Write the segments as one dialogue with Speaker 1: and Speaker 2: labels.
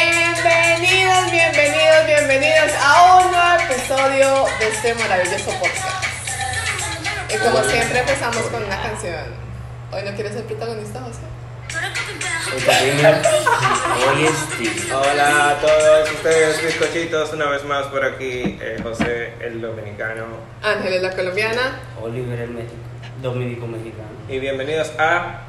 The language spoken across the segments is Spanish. Speaker 1: Bienvenidos, bienvenidos, bienvenidos a un nuevo episodio de este maravilloso podcast. Y como siempre empezamos con una canción. ¿Hoy no quieres ser protagonista, José?
Speaker 2: Hoy es día.
Speaker 3: Hola a todos ustedes, bizcochitos, una vez más por aquí, eh, José el Dominicano.
Speaker 1: Ángel es la colombiana.
Speaker 2: Oliver el México, dominico mexicano.
Speaker 3: Y bienvenidos a...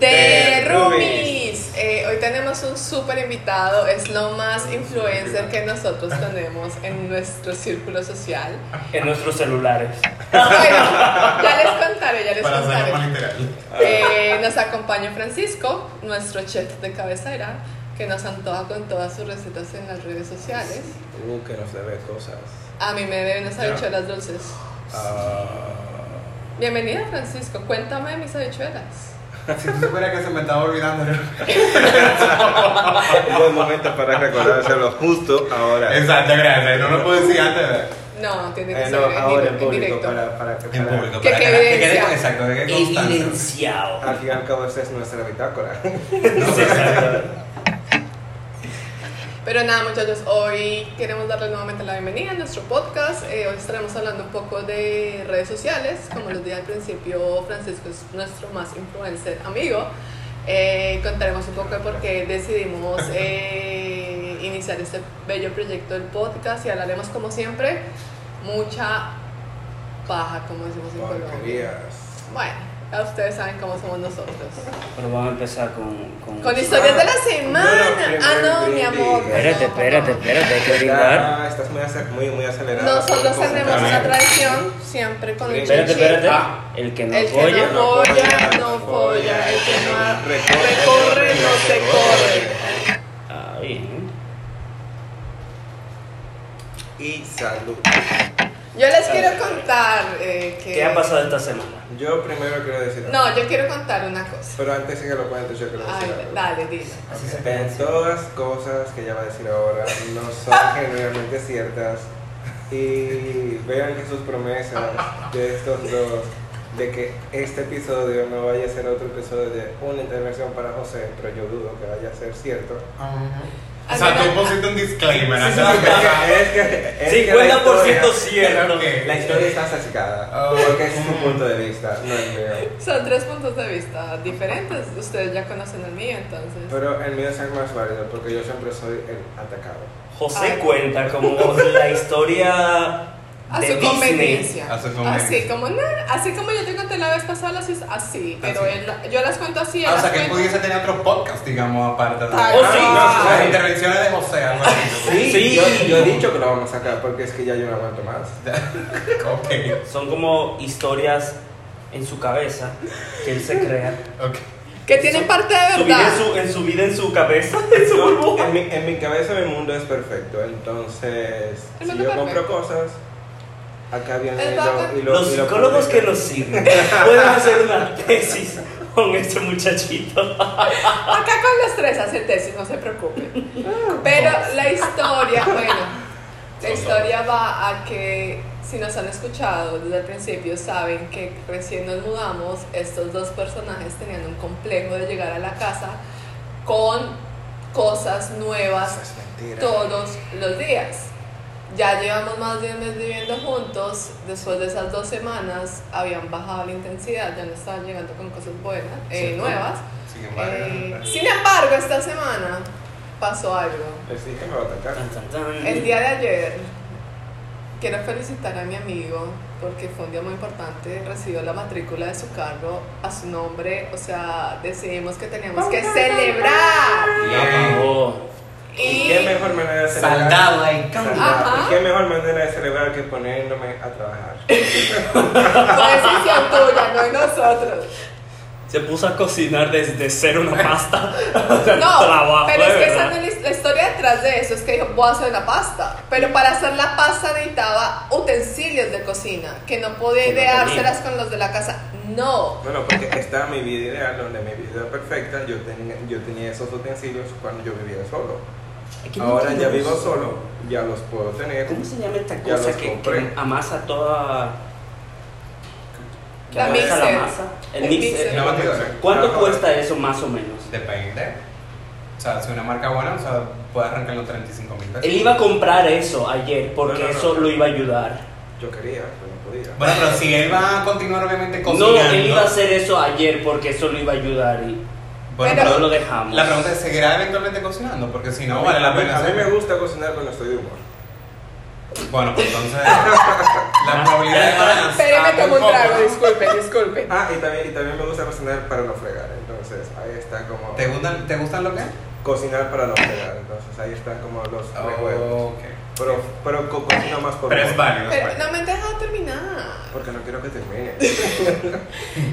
Speaker 1: De
Speaker 3: De
Speaker 1: Rumis. Eh, hoy tenemos un súper invitado. Es lo más influencer que nosotros tenemos en nuestro círculo social.
Speaker 2: En nuestros celulares.
Speaker 1: Bueno, ya les contaré, ya les
Speaker 4: Para hacerlo más
Speaker 1: contaré.
Speaker 4: integral.
Speaker 1: Eh, nos acompaña Francisco, nuestro chef de cabecera, que nos antoja con todas sus recetas en las redes sociales.
Speaker 3: Uh, que nos debe cosas.
Speaker 1: A mí me deben las habichuelas dulces.
Speaker 3: Ah,
Speaker 1: Bienvenida, Francisco. Cuéntame de mis habichuelas.
Speaker 4: Si tú supieras que se me estaba olvidando. ¿no?
Speaker 3: un buen momento para recordárselo justo ahora.
Speaker 4: Exacto, gracias. No lo puedo decir antes. ¿verdad?
Speaker 1: No, tiene que
Speaker 3: Eh,
Speaker 1: ser
Speaker 3: no,
Speaker 1: en-
Speaker 3: ahora en
Speaker 1: en
Speaker 3: público,
Speaker 1: directo.
Speaker 3: para, para que...
Speaker 4: En
Speaker 3: para-
Speaker 4: público.
Speaker 1: Que
Speaker 4: para
Speaker 1: quede
Speaker 4: que- que quede
Speaker 1: evidencia.
Speaker 4: con- exacto, que quede constancia.
Speaker 2: Evidenciado.
Speaker 3: Al fin y al cabo, esta es nuestra bitácora.
Speaker 1: Pero nada, muchachos, hoy queremos darles nuevamente la bienvenida a nuestro podcast. Eh, hoy estaremos hablando un poco de redes sociales. Como les dije al principio, Francisco es nuestro más influencer amigo. Eh, contaremos un poco de por qué decidimos eh, iniciar este bello proyecto del podcast y hablaremos, como siempre, mucha paja, como decimos en Colombia.
Speaker 3: Porquerías.
Speaker 1: Bueno, ya ustedes saben cómo somos nosotros.
Speaker 2: Pero vamos a empezar con. Con,
Speaker 1: Con historias de la semana. Ah, no, mi amor.
Speaker 2: Espérate, espérate, espérate, hay que brindar.
Speaker 3: Ya, Ah, estás muy, ace- muy, muy acelerado.
Speaker 1: Nosotros
Speaker 3: Muy
Speaker 1: tenemos
Speaker 3: concentrado.
Speaker 1: una tradición siempre con el
Speaker 2: Espérate,
Speaker 1: chin-chin.
Speaker 2: espérate. El que no
Speaker 1: El que
Speaker 2: apoya.
Speaker 1: no apoya, no apoya. El que no recorre, no se corre.
Speaker 2: Ah, bien.
Speaker 3: Y salud.
Speaker 1: Yo les quiero contar eh, que...
Speaker 2: ¿Qué ha pasado esta semana?
Speaker 3: Yo primero quiero decir... algo.
Speaker 1: No, yo quiero contar una cosa.
Speaker 3: Pero antes de que lo cuentes, yo quiero decir
Speaker 1: Ay,
Speaker 3: algo.
Speaker 1: dale, dile.
Speaker 3: En todas cosas que ella va a decir ahora no son generalmente ciertas y vean que sus promesas de estos dos de que este episodio no vaya a ser otro episodio de una intervención para José, pero yo dudo que vaya a ser cierto.
Speaker 4: O sea, tú pusiste un disclaimer
Speaker 3: Es
Speaker 4: antes de empezar.
Speaker 3: que- es que- es que la
Speaker 2: 50%
Speaker 3: historia-
Speaker 2: cierto.
Speaker 4: Ok.
Speaker 3: La historia está sachicada
Speaker 4: Oh.
Speaker 3: porque es su punto de vista, no el mío.
Speaker 1: Son tres puntos de vista diferentes. Ustedes ya conocen el mío, entonces.
Speaker 3: Pero el mío es el más válido porque yo siempre soy el atacado.
Speaker 2: José cuenta como la historia
Speaker 1: A
Speaker 2: de
Speaker 1: su
Speaker 2: Disney.
Speaker 1: conveniencia.
Speaker 4: A su conveniencia.
Speaker 1: Así como, na- así como yo te conté la vez pasada, las es así. Pero
Speaker 4: Así.
Speaker 1: él, yo las cuento así. él
Speaker 4: Ah, o sea,
Speaker 1: las
Speaker 4: que él
Speaker 1: cuenta-
Speaker 4: pudiese tener otro podcast, digamos, aparte de
Speaker 1: Ay,
Speaker 2: Oh, sí.
Speaker 4: No, las
Speaker 3: sí.
Speaker 4: intervenciones de José, algo así.
Speaker 2: Sí,
Speaker 3: yo, yo he dicho que lo vamos a sacar porque es que ya yo no aguanto más.
Speaker 4: Ok,
Speaker 2: Son como historias en su cabeza que él se crea.
Speaker 4: ok.
Speaker 1: Que tienen parte de
Speaker 2: Su vida en
Speaker 1: verdad.
Speaker 2: su, en su vida, en su cabeza, en su burbuja.
Speaker 3: En mi, en mi cabeza mi mundo es perfecto, entonces
Speaker 1: El
Speaker 3: si
Speaker 1: mundo
Speaker 3: yo
Speaker 1: perfecto.
Speaker 3: compro cosas, acá viene
Speaker 1: El
Speaker 3: y
Speaker 1: vaca-
Speaker 3: lo, y lo-
Speaker 2: Los
Speaker 3: y lo
Speaker 2: psicólogos que
Speaker 3: publican.
Speaker 2: nos siguen pueden hacer una tesis con este muchachito.
Speaker 1: Acá con los tres hacen tesis, no se preocupen. Pero la historia, bueno, la historia va a que si nos han escuchado desde el principio saben que recién nos mudamos, estos dos personajes tenían un complejo de llegar a la casa con cosas nuevas
Speaker 3: Es mentira.
Speaker 1: todos los días. Ya llevamos más de un mes viviendo juntos. Después de esas dos semanas habían bajado la intensidad, ya no estaban llegando con cosas buenas, eh,
Speaker 4: Sí.
Speaker 1: nuevas.
Speaker 4: Sin
Speaker 1: Eh,
Speaker 4: embargo.
Speaker 1: sin embargo, esta semana pasó algo.
Speaker 3: Les dije que me va a atacar.
Speaker 1: El día de ayer, quiero felicitar a mi amigo porque fue un día muy importante. Recibió la matrícula de su carro a su nombre. O sea, decidimos que teníamos que celebrar.
Speaker 2: La pagó.
Speaker 3: ¿Y qué
Speaker 1: Y
Speaker 3: mejor manera de celebrar?
Speaker 4: Saldado ahí,
Speaker 3: Saldado.
Speaker 1: Ajá.
Speaker 3: ¿Y qué mejor manera de celebrar que poniéndome a trabajar?
Speaker 1: fue decisión tuya, no de nosotros.
Speaker 2: Se puso a cocinar desde cero una pasta.
Speaker 1: No,
Speaker 2: Trabajo,
Speaker 1: pero es
Speaker 2: de
Speaker 1: que esa
Speaker 2: verdad.
Speaker 1: no es la la historia detrás de eso es que dijo, voy a hacer la pasta. Pero para hacer la pasta necesitaba utensilios de cocina, que no podía
Speaker 2: Que no
Speaker 1: ideárselas con los de la casa. No.
Speaker 3: Bueno, porque estaba mi vida ideal, donde mi vida era perfecta, yo tenía, yo tenía esos utensilios cuando yo vivía solo. Ahora ya vivo solo, ya los puedo tener.
Speaker 2: ¿Cómo se llama esta
Speaker 3: Ya
Speaker 2: cosa
Speaker 3: los
Speaker 2: que, que
Speaker 3: compré.
Speaker 2: amasa toda. que
Speaker 1: La
Speaker 2: amasa
Speaker 1: mixer.
Speaker 2: masa? El,
Speaker 1: El
Speaker 2: mixer.
Speaker 1: mixer.
Speaker 4: Una batidora.
Speaker 2: ¿Cuánto
Speaker 3: Ajá.
Speaker 2: cuesta eso más o menos?
Speaker 4: Depende. sea, si una marca buena, o sea, puede arrancar los 35 mil pesos.
Speaker 2: Él iba a comprar eso ayer porque
Speaker 3: No, no, no.
Speaker 2: eso lo iba a ayudar.
Speaker 3: Yo quería, pero no podía.
Speaker 4: Bueno, pero si él va a continuar obviamente cocinando.
Speaker 2: No, él iba a hacer eso ayer porque eso lo iba a ayudar y
Speaker 4: Bueno,
Speaker 2: no
Speaker 1: Pero-
Speaker 2: lo
Speaker 4: pero
Speaker 2: dejamos.
Speaker 4: la pregunta es, ¿seguirá eventualmente cocinando? Porque si no, vale la pena.
Speaker 3: A mí me
Speaker 4: hacer-
Speaker 3: gusta cocinar cuando estoy de humor.
Speaker 4: Bueno, pues entonces, la probabilidad de para
Speaker 1: Espérenme, tomo un trago, disculpen, disculpen.
Speaker 3: Ah, y también, y también me gusta cocinar para no fregar. Entonces, ahí está como.
Speaker 4: ¿Te gustan, ¿Te gustan lo que?
Speaker 3: Cocinar para no fregar. Entonces, ahí están como los recuerdos.
Speaker 4: ok.
Speaker 3: Pero, pero co- cocino más por
Speaker 4: Oh. Pero es
Speaker 3: humor.
Speaker 4: válido. es
Speaker 1: Pero
Speaker 4: válido.
Speaker 1: no me han dejado terminar.
Speaker 3: Porque no quiero que termine.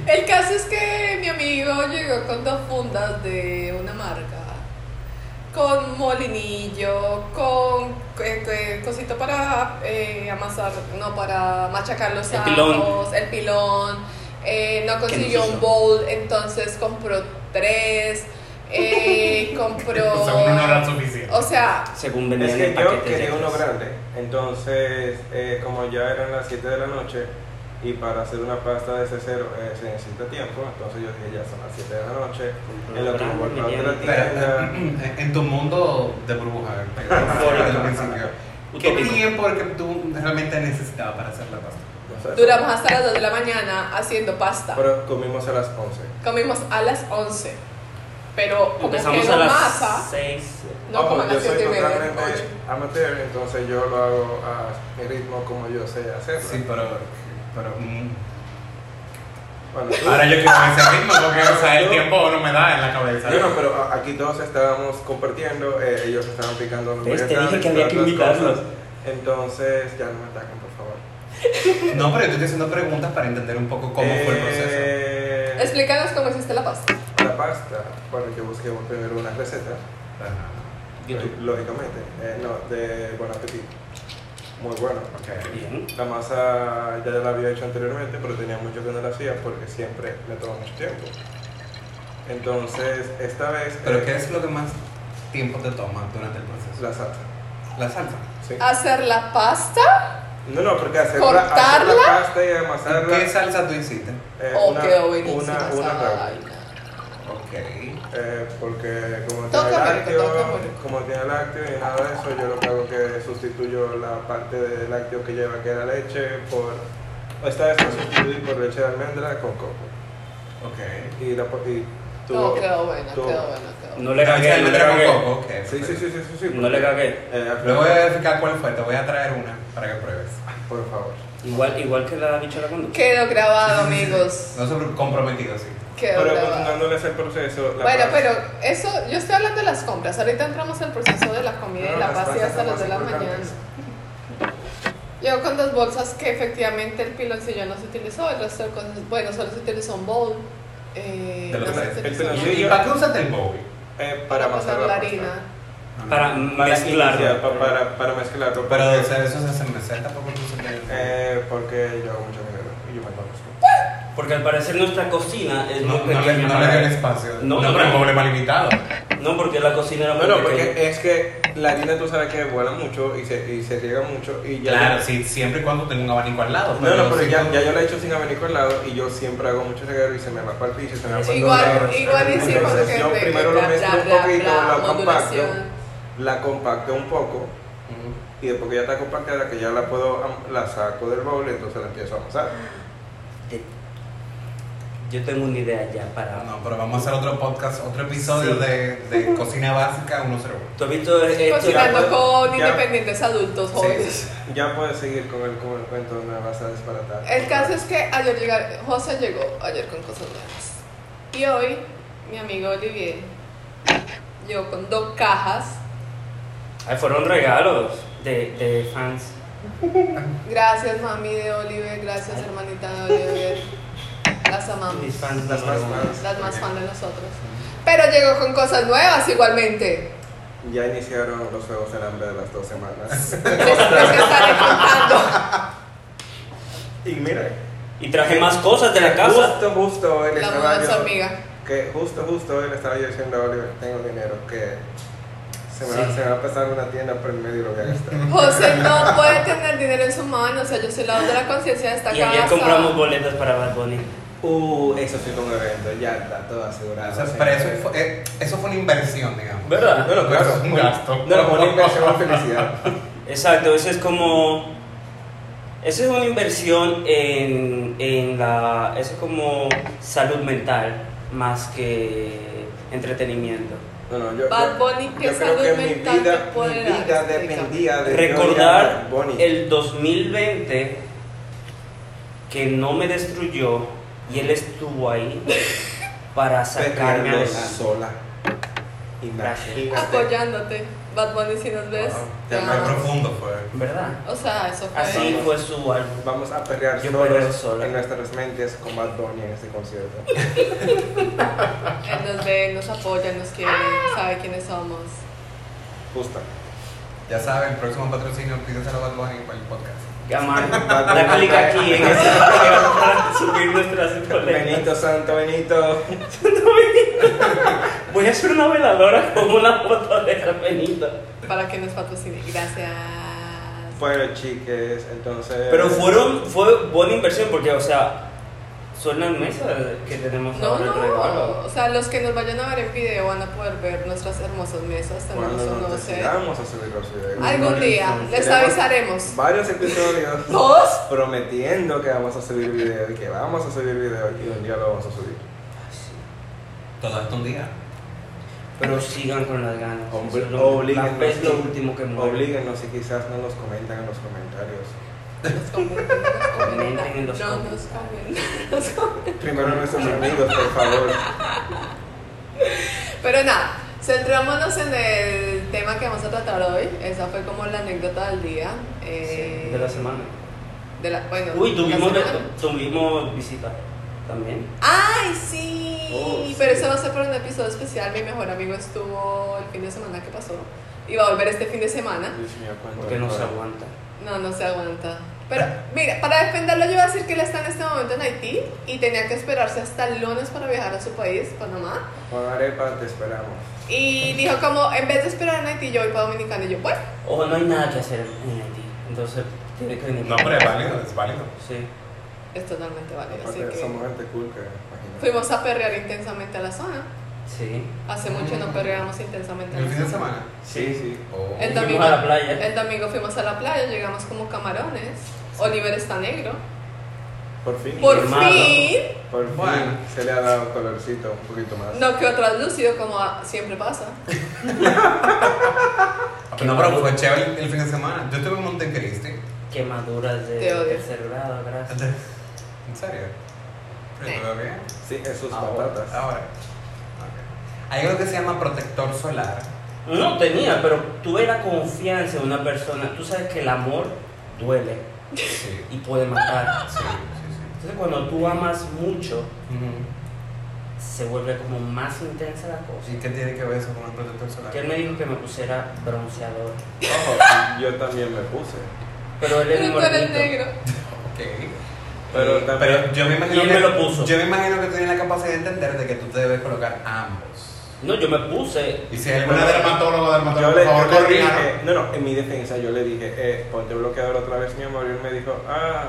Speaker 1: El caso es que mi amigo llegó con dos fundas de una marca, con molinillo, con eh, eh, cosito para eh, amasar, no, para machacar los
Speaker 2: El
Speaker 1: ajos,
Speaker 2: pilón.
Speaker 1: el pilón. eh, no consiguió
Speaker 2: hizo?
Speaker 1: un bowl, entonces compró tres. eh, compró.
Speaker 4: O sea, uno no era suficiente.
Speaker 1: O sea,
Speaker 2: Según
Speaker 3: Es
Speaker 2: vendían
Speaker 3: que
Speaker 2: en
Speaker 3: yo
Speaker 2: paquetes de
Speaker 3: quería uno
Speaker 2: tres.
Speaker 3: grande, entonces eh, como ya eran las 7 de la noche y para hacer una pasta de ese cero eh, se necesita tiempo, entonces yo dije ya son las 7 de la noche,
Speaker 2: Comprar
Speaker 3: en lo que me
Speaker 2: grande,
Speaker 3: voy a
Speaker 2: mediano.
Speaker 3: otra
Speaker 4: Espera,
Speaker 3: tienda,
Speaker 4: eh, en- en tu mundo de burbuja, eh, desde el principio, ¿qué
Speaker 2: Utópico.
Speaker 4: tiempo que tú realmente necesitabas para hacer la pasta?
Speaker 3: o sea,
Speaker 1: duramos hasta las 2 de la mañana haciendo pasta.
Speaker 3: Pero comimos a las 11.
Speaker 1: Comimos a las 11. Pero como
Speaker 2: Empezamos
Speaker 1: quedó
Speaker 2: a las
Speaker 1: masa,
Speaker 2: 6.
Speaker 1: no como a
Speaker 3: Ah, pues yo
Speaker 1: las
Speaker 3: soy
Speaker 1: 7 y media.
Speaker 3: totalmente
Speaker 1: ocho.
Speaker 3: amateur, entonces yo lo hago a mi ritmo como yo sé hacerlo.
Speaker 4: Sí, pero... pero mm.
Speaker 3: Bueno, tú-
Speaker 4: Ahora yo quiero ese ritmo porque, o sea, el tiempo no me da en la cabeza.
Speaker 3: Yo no, pero a- aquí todos estábamos compartiendo, eh, ellos estaban picando los
Speaker 2: ¿Ves? Te dije
Speaker 3: vegetales,
Speaker 2: que había
Speaker 3: todas
Speaker 2: que
Speaker 3: las
Speaker 2: invitarlos.
Speaker 3: cosas. Entonces, ya no me ataquen, por favor.
Speaker 4: No, pero yo estoy haciendo preguntas para entender un poco cómo fue el proceso.
Speaker 3: Eh,
Speaker 1: Explícanos cómo hiciste la pasta.
Speaker 3: La pasta, bueno, yo busqué primero unas recetas,
Speaker 4: Ajá,
Speaker 2: YouTube.
Speaker 3: lógicamente, eh, no, de Bon Appetit. Muy bueno.
Speaker 4: ok.
Speaker 2: Bien.
Speaker 3: La masa ya la había hecho anteriormente, pero tenía mucho que no la hacía porque siempre me toma mucho tiempo. Entonces, esta vez,
Speaker 4: Pero
Speaker 3: eh,
Speaker 4: ¿qué es lo que más tiempo te toma durante el proceso?
Speaker 3: la salsa.
Speaker 4: La salsa.
Speaker 3: sí.
Speaker 1: Hacer la pasta.
Speaker 3: No, no, porque hacer la, hacer la
Speaker 1: ¿Cortarla?
Speaker 3: pasta y amasarla.
Speaker 4: ¿Qué salsa tú hiciste?
Speaker 3: eh,
Speaker 1: oh,
Speaker 3: una,
Speaker 1: quedó buenísima
Speaker 3: una,
Speaker 1: esa
Speaker 3: una rabo.
Speaker 1: vaina.
Speaker 4: Ok.
Speaker 3: Eh, porque como
Speaker 1: Toca,
Speaker 3: tiene
Speaker 1: marico,
Speaker 3: lácteo,
Speaker 1: toca, marico.
Speaker 3: como tiene lácteo y nada de eso, yo lo que hago es que sustituyo la parte de lácteo que lleva que era leche por esta vez lo sustituí por leche de almendra con coco.
Speaker 4: Ok.
Speaker 3: Y la po- y
Speaker 1: No,
Speaker 3: tuvo-
Speaker 1: quedó buena,
Speaker 3: tuvo-
Speaker 1: quedó buena, quedó buena.
Speaker 2: No le
Speaker 4: Leche de
Speaker 2: cagué, no le
Speaker 4: almendra con
Speaker 2: cagué.
Speaker 4: coco, ok.
Speaker 3: Sí, sí, sí, sí, sí, sí.
Speaker 2: No le cagué.
Speaker 3: Eh, al
Speaker 4: Luego
Speaker 3: final-
Speaker 4: voy a verificar cuál fue, te voy a traer una para que pruebes.
Speaker 3: por favor.
Speaker 2: Igual, igual que la bicha la conducta.
Speaker 1: Quedó grabado, amigos.
Speaker 4: No sobre comprometido, sí.
Speaker 1: Quedó
Speaker 3: Pero
Speaker 1: grabado.
Speaker 3: continuándoles el proceso, la
Speaker 1: Bueno,
Speaker 3: pasta-
Speaker 1: pero eso, yo estoy hablando de las compras. Ahorita entramos al proceso de la comida
Speaker 3: No,
Speaker 1: y la
Speaker 3: las
Speaker 1: pasta y
Speaker 3: pastas
Speaker 1: hasta
Speaker 3: son
Speaker 1: las 2
Speaker 3: más
Speaker 1: de la mañana.
Speaker 3: importantes.
Speaker 1: Yo con dos bolsas que efectivamente el piloncillo no se utilizó, el resto de cosas, bueno, solo se utilizó un bowl. Eh,
Speaker 4: De los
Speaker 1: no se
Speaker 4: tres.
Speaker 3: El
Speaker 1: utilizó
Speaker 3: piloncillo
Speaker 1: nada
Speaker 4: ¿Y para qué usaste el Bowie?
Speaker 3: eh, para
Speaker 1: para pasar
Speaker 3: amasar la
Speaker 1: la
Speaker 3: pasta.
Speaker 1: harina.
Speaker 2: Para
Speaker 3: Para iniciar,
Speaker 2: mezclarlo.
Speaker 3: pa- para, para mezclarlo.
Speaker 4: Pero
Speaker 3: porque-
Speaker 4: o sea, eso se hace en meseta, tampoco tú usaste el
Speaker 3: eh, porque yo hago mucho dinero y yo me conozco.
Speaker 2: Porque al parecer nuestra cocina es
Speaker 4: No,
Speaker 2: muy
Speaker 4: no, le,
Speaker 2: pequeña.
Speaker 4: no le
Speaker 2: para-
Speaker 4: dio el espacio.
Speaker 2: No, no,
Speaker 4: pero el
Speaker 2: no.
Speaker 4: problema limitado.
Speaker 2: No, porque la cocina era muy
Speaker 3: No, no,
Speaker 2: pequeña.
Speaker 3: porque es que la harina tú sabes que vuela mucho y se, y se riega mucho y ya...
Speaker 4: Claro, sí, siempre y cuando tenga un abanico al lado.
Speaker 3: No, no, pero
Speaker 4: si
Speaker 3: ya,
Speaker 4: tú-
Speaker 3: ya yo la he hecho sin abanico al lado y yo siempre hago mucho reguero y se me va para el piso y se me va para
Speaker 1: Igual, igual hicimos
Speaker 3: Entonces
Speaker 1: que
Speaker 3: yo
Speaker 1: que-
Speaker 3: primero
Speaker 1: bla,
Speaker 3: lo mezclo
Speaker 1: bla,
Speaker 3: un
Speaker 1: bla,
Speaker 3: poquito,
Speaker 1: bla,
Speaker 3: lo compacto,
Speaker 1: modulación.
Speaker 3: la compacto un poco
Speaker 4: Ujú.
Speaker 3: y después que ya está compactada, que ya la puedo, am- la saco del bowl y entonces la empiezo a amasar.
Speaker 2: Te- Yo tengo una idea ya para.
Speaker 4: No, pero vamos a hacer otro podcast, otro episodio
Speaker 2: Sí.
Speaker 4: de, de cocina básica 101.
Speaker 2: ¿Tú has visto esto?
Speaker 1: Cocinando con
Speaker 3: ya.
Speaker 1: independientes adultos jóvenes.
Speaker 3: Ya puedes seguir con el, con el cuento, me vas a desbaratar.
Speaker 1: El caso es que ayer llegar, José llegó ayer con cosas nuevas. Y hoy mi amigo Olivier llegó con dos cajas.
Speaker 2: Ay, fueron regalos de, de fans.
Speaker 1: Gracias mami de Olivier, gracias hermanita de Olivier. Las amamos.
Speaker 2: Mis fans.
Speaker 3: Las
Speaker 2: número
Speaker 3: más
Speaker 2: uno.
Speaker 3: fans.
Speaker 1: Las más fan de nosotros. Pero llegó con cosas nuevas igualmente.
Speaker 3: Ya iniciaron los juegos del hambre de las dos semanas.
Speaker 1: Después que estaré contando.
Speaker 3: y mira,
Speaker 2: Y traje más cosas de la casa.
Speaker 3: Justo, justo él
Speaker 1: La
Speaker 3: estaba
Speaker 1: mudanza
Speaker 3: yo-
Speaker 1: hormiga.
Speaker 3: que justo, justo él estaba yo diciendo a Oliver, tengo dinero, que se me, va,
Speaker 2: Sí.
Speaker 3: se me va a pasar una tienda por el medio y lo voy a gastar.
Speaker 1: José no puede tener dinero en su mano, o sea, yo soy la voz de la conciencia de esta
Speaker 2: Y
Speaker 1: casa.
Speaker 2: ayer compramos boletas para Bad Bunny.
Speaker 3: Uh, eso sí fue un evento, ya está todo asegurado.
Speaker 4: O sea,
Speaker 3: Ah, sí.
Speaker 4: pero eso fue, eh, eso fue una inversión, digamos.
Speaker 2: ¿Verdad?
Speaker 3: No, no, claro.
Speaker 4: Es un gasto.
Speaker 3: No, no, fue una inversión en felicidad.
Speaker 2: Exacto, eso es como. Eso es una inversión en, en la. Eso es como salud mental más que entretenimiento.
Speaker 3: No, no, yo,
Speaker 1: Bad
Speaker 3: yo-
Speaker 1: Bunny, ¿qué
Speaker 3: yo creo
Speaker 1: salud
Speaker 3: que mi
Speaker 1: mental
Speaker 3: vida,
Speaker 1: te puede
Speaker 3: mi
Speaker 1: dar?
Speaker 3: vida
Speaker 1: Explícame.
Speaker 3: dependía de
Speaker 2: Recordar
Speaker 3: yo y Bad Bunny.
Speaker 2: el 2020 que no me destruyó y él estuvo ahí para sacarme
Speaker 3: Peleando
Speaker 2: adelante.
Speaker 3: sola. Imagínate.
Speaker 1: Apoyándote. Bad Bunny, si nos ves.
Speaker 3: te
Speaker 1: te
Speaker 4: Muy
Speaker 1: amo.
Speaker 4: profundo fue.
Speaker 2: ¿Verdad?
Speaker 1: O sea, eso fue.
Speaker 2: Así fue su álbum.
Speaker 3: Vamos a perrear
Speaker 2: Yo perreo
Speaker 3: solos
Speaker 2: sola.
Speaker 3: en nuestras mentes con Bad Bunny en este concierto.
Speaker 1: Él nos ve, nos apoya, nos quiere, sabe quiénes somos.
Speaker 3: Justa.
Speaker 4: Ya saben, el próximo patrocinio pídeselo a Bad Bunny para el podcast.
Speaker 2: Llamar, da clic aquí en ese video para subir nuestras colectas.
Speaker 3: Benito Santo Benito.
Speaker 2: Voy a hacer una veladora con una foto de Benito.
Speaker 1: Para que nos patrocine. Gracias.
Speaker 3: Bueno, chiques, entonces.
Speaker 2: Pero fueron, fue buena inversión porque, o sea, son las mesas que tenemos
Speaker 1: No,
Speaker 2: ahora el
Speaker 1: no.
Speaker 2: regalo.
Speaker 1: O sea, los que nos vayan a ver en video van a poder ver nuestras hermosas mesas. Tenemos
Speaker 3: Cuando
Speaker 1: unos.
Speaker 3: nos pues,
Speaker 1: eh,
Speaker 3: decidamos a subir los videos.
Speaker 1: Algún día les avisaremos.
Speaker 3: Varios episodios.
Speaker 1: ¿Dos?
Speaker 3: Prometiendo que vamos a subir video y que vamos a subir video y un día lo vamos a subir.
Speaker 4: Todo esto un día.
Speaker 2: Pero sigan con las ganas.
Speaker 3: Obli-
Speaker 2: Eso es lo-
Speaker 3: oblíguennos,
Speaker 2: la fe es lo
Speaker 3: sí.
Speaker 2: último que muere.
Speaker 3: Oblíguenos y quizás no los comentan en los comentarios.
Speaker 1: Nos comentan, nos
Speaker 2: Comenten en los
Speaker 1: No nos
Speaker 2: comentarios.
Speaker 1: comenten.
Speaker 3: Primero nuestros amigos, por favor.
Speaker 1: Pero nada, centrémonos en el tema que vamos a tratar hoy. Esa fue como la anécdota del día. eh,
Speaker 2: Sí, de la semana.
Speaker 1: de la- bueno,
Speaker 2: Uy,
Speaker 1: la
Speaker 2: tuvimos,
Speaker 1: semana.
Speaker 2: tuvimos visita también.
Speaker 1: ¡Ay, sí!
Speaker 3: Oh, sí.
Speaker 1: Pero eso va a ser para un episodio especial. Mi mejor amigo estuvo el fin de semana que pasó. Y va a volver este fin de semana.
Speaker 3: Dios mío, cuánto
Speaker 2: Porque no se
Speaker 3: dolor.
Speaker 2: aguanta.
Speaker 1: No, no se aguanta. Pero mira, para defenderlo yo voy a decir que él está en este momento en Haití y tenía que esperarse hasta el lunes para viajar a su país, Panamá.
Speaker 3: Con arepa te esperamos.
Speaker 1: Y dijo como, en vez de esperar en Haití, yo voy para Dominicana. Y yo, bueno,
Speaker 2: Ojo, no hay nada que hacer en Haití. Entonces, tiene que venir.
Speaker 4: No, pero es válido, es válido.
Speaker 2: Sí.
Speaker 1: es totalmente válido. Así
Speaker 3: Aparte,
Speaker 1: que...
Speaker 3: somos gente cool que imagínate.
Speaker 1: Fuimos a perrear intensamente a la zona.
Speaker 2: Sí.
Speaker 1: Hace mucho no perreamos intensamente a
Speaker 4: ¿El
Speaker 1: la
Speaker 4: fin de
Speaker 1: zona.
Speaker 4: semana?
Speaker 3: Sí, sí.
Speaker 4: Oh.
Speaker 1: El
Speaker 2: Fuimos
Speaker 1: domingo,
Speaker 2: a la playa.
Speaker 1: el domingo fuimos a la playa, llegamos como camarones. Oliver está negro.
Speaker 3: Por fin.
Speaker 1: Por
Speaker 2: Quemado.
Speaker 1: fin,
Speaker 3: Por fin
Speaker 4: Bueno.
Speaker 3: se le ha dado colorcito un poquito más.
Speaker 1: no quedó translúcido como a- siempre pasa.
Speaker 4: No, Ah, pero fue chévere el- el fin de semana. Yo estuve en Montecristi.
Speaker 2: Quemaduras de
Speaker 1: Te odio.
Speaker 2: tercer grado, gracias.
Speaker 4: ¿En serio?
Speaker 1: Sí.
Speaker 4: ¿Pero estuve bien?
Speaker 3: Sí, en sus
Speaker 4: Ah,
Speaker 2: Ahora.
Speaker 3: patatas.
Speaker 4: Ahora. Ok. Hay algo que se llama protector solar.
Speaker 2: No tenía, pero tuve la confianza en una persona. Tú sabes que el amor duele
Speaker 4: Sí. Sí,
Speaker 2: y puede matar.
Speaker 4: sí, sí.
Speaker 2: Entonces cuando tú amas mucho,
Speaker 4: Ujú.
Speaker 2: se vuelve como más intensa la cosa.
Speaker 4: ¿Y qué tiene que ver eso con el protector solar?
Speaker 2: Que él me dijo que me pusiera bronceador.
Speaker 3: Ojo, yo también me puse.
Speaker 2: Pero él es
Speaker 1: Pero tú eres
Speaker 2: morenito.
Speaker 1: negro.
Speaker 4: Ok.
Speaker 3: Pero
Speaker 4: Y-
Speaker 3: también-
Speaker 4: pero yo me imagino
Speaker 2: Y él
Speaker 4: que
Speaker 2: me lo puso.
Speaker 4: Yo me imagino que tú tienes la capacidad de entender de que tú te debes colocar ambos.
Speaker 2: No, yo me puse.
Speaker 4: Y si hay alguna dermatóloga
Speaker 3: Yo
Speaker 4: o dermatóloga,
Speaker 3: le,
Speaker 4: por
Speaker 3: yo
Speaker 4: favor,
Speaker 3: le
Speaker 4: corríjanos.
Speaker 3: dije, no, no, en mi defensa yo le dije, eh, ponte bloqueador otra vez, mi amor. Y él me dijo, ah.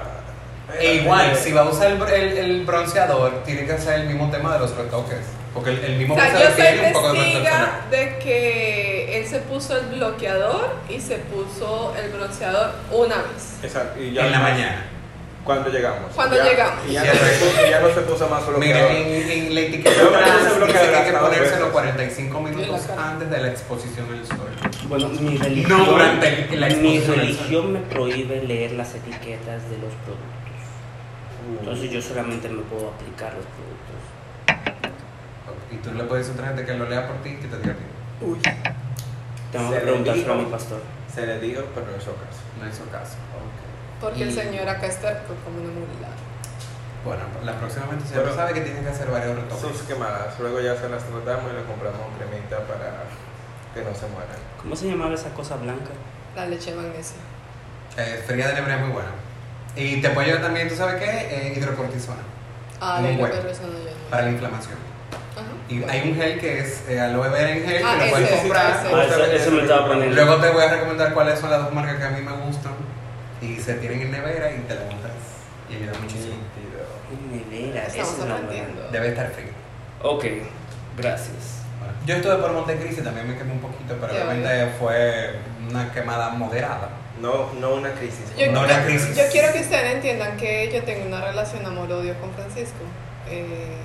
Speaker 3: eh,
Speaker 4: E igual, si
Speaker 3: sí.
Speaker 4: va a usar el, br- el- el bronceador, tiene que hacer el mismo tema de los retoques. Porque el, el mismo
Speaker 1: O sea, yo
Speaker 4: bronceador
Speaker 1: soy
Speaker 4: tiene un poco de protector
Speaker 1: testiga
Speaker 4: solar.
Speaker 1: de que él se puso el bloqueador y se puso el bronceador una vez.
Speaker 3: Exacto. Y ya
Speaker 4: En la mañana.
Speaker 3: Cuando llegamos.
Speaker 1: Cuando
Speaker 3: Ya-
Speaker 1: llegamos.
Speaker 3: Y ya,
Speaker 4: Ya
Speaker 3: no se puso, ya no se puso más bloqueador.
Speaker 4: Mira, en, en la
Speaker 3: Yo
Speaker 4: etiqueta
Speaker 3: me puse
Speaker 4: trans dice que
Speaker 3: bloqueador
Speaker 4: hay que
Speaker 3: hasta dos
Speaker 4: ponerse los
Speaker 3: veces.
Speaker 4: 45 minutos
Speaker 1: En la cara.
Speaker 4: antes de la exposición al sol.
Speaker 2: Bueno, mi religión.
Speaker 4: No, durante la
Speaker 2: mi
Speaker 4: exposición.
Speaker 2: religión me prohíbe leer las etiquetas de los productos. Entonces yo solamente me puedo aplicar los productos.
Speaker 4: Y tú le puedes decir a otra gente que lo lea por ti y que te diga a ti.
Speaker 3: Uy,
Speaker 2: Tengo
Speaker 3: Se
Speaker 2: que
Speaker 3: le
Speaker 2: preguntárselo a
Speaker 3: dijo.
Speaker 2: mi pastor.
Speaker 3: se le dijo, pero no hizo caso.
Speaker 4: No hizo caso. Ok.
Speaker 1: Porque el
Speaker 4: Y-
Speaker 1: señor acá está como una mula.
Speaker 4: Bueno, la próxima vez ya
Speaker 3: Pero-
Speaker 4: sabe que tiene que hacer varios retoques.
Speaker 3: Sus quemadas. Luego ya se las tratamos y le compramos cremita para que no se mueran.
Speaker 2: ¿Cómo se llamaba esa cosa blanca?
Speaker 1: La leche de magnesio.
Speaker 4: Eh, fría de lebre es muy buena. Y te puedo llevar también, ¿tú sabes qué? Eh, hidrocortisona,
Speaker 1: Ah,
Speaker 4: Muy
Speaker 1: de lo que
Speaker 4: bueno.
Speaker 1: resuena yo.
Speaker 4: para la inflamación.
Speaker 1: Ajá.
Speaker 4: Y hay un gel que es eh, aloe vera en gel,
Speaker 1: Ah,
Speaker 4: que lo puedes
Speaker 1: ese,
Speaker 4: comprar.
Speaker 1: ese.
Speaker 2: Ah, eso, eso me estaba poniendo.
Speaker 4: Luego te voy a recomendar cuáles son las dos marcas que a mí me gustan. Y se tienen en nevera y te las montas. Y ayuda muchísimo.
Speaker 3: Nítido.
Speaker 2: Melera, esa
Speaker 1: Estamos
Speaker 2: es la
Speaker 1: aprendiendo.
Speaker 4: Debe estar frío.
Speaker 2: buena. Ok, gracias.
Speaker 4: Bueno, yo estuve por Montecristi, también me quemé un poquito, pero
Speaker 1: Qué
Speaker 4: realmente fue una quemada moderada.
Speaker 3: No, no una crisis.
Speaker 1: Yo-
Speaker 4: No una crisis.
Speaker 1: Yo quiero que ustedes entiendan que yo tengo una relación amor-odio con Francisco. Eh,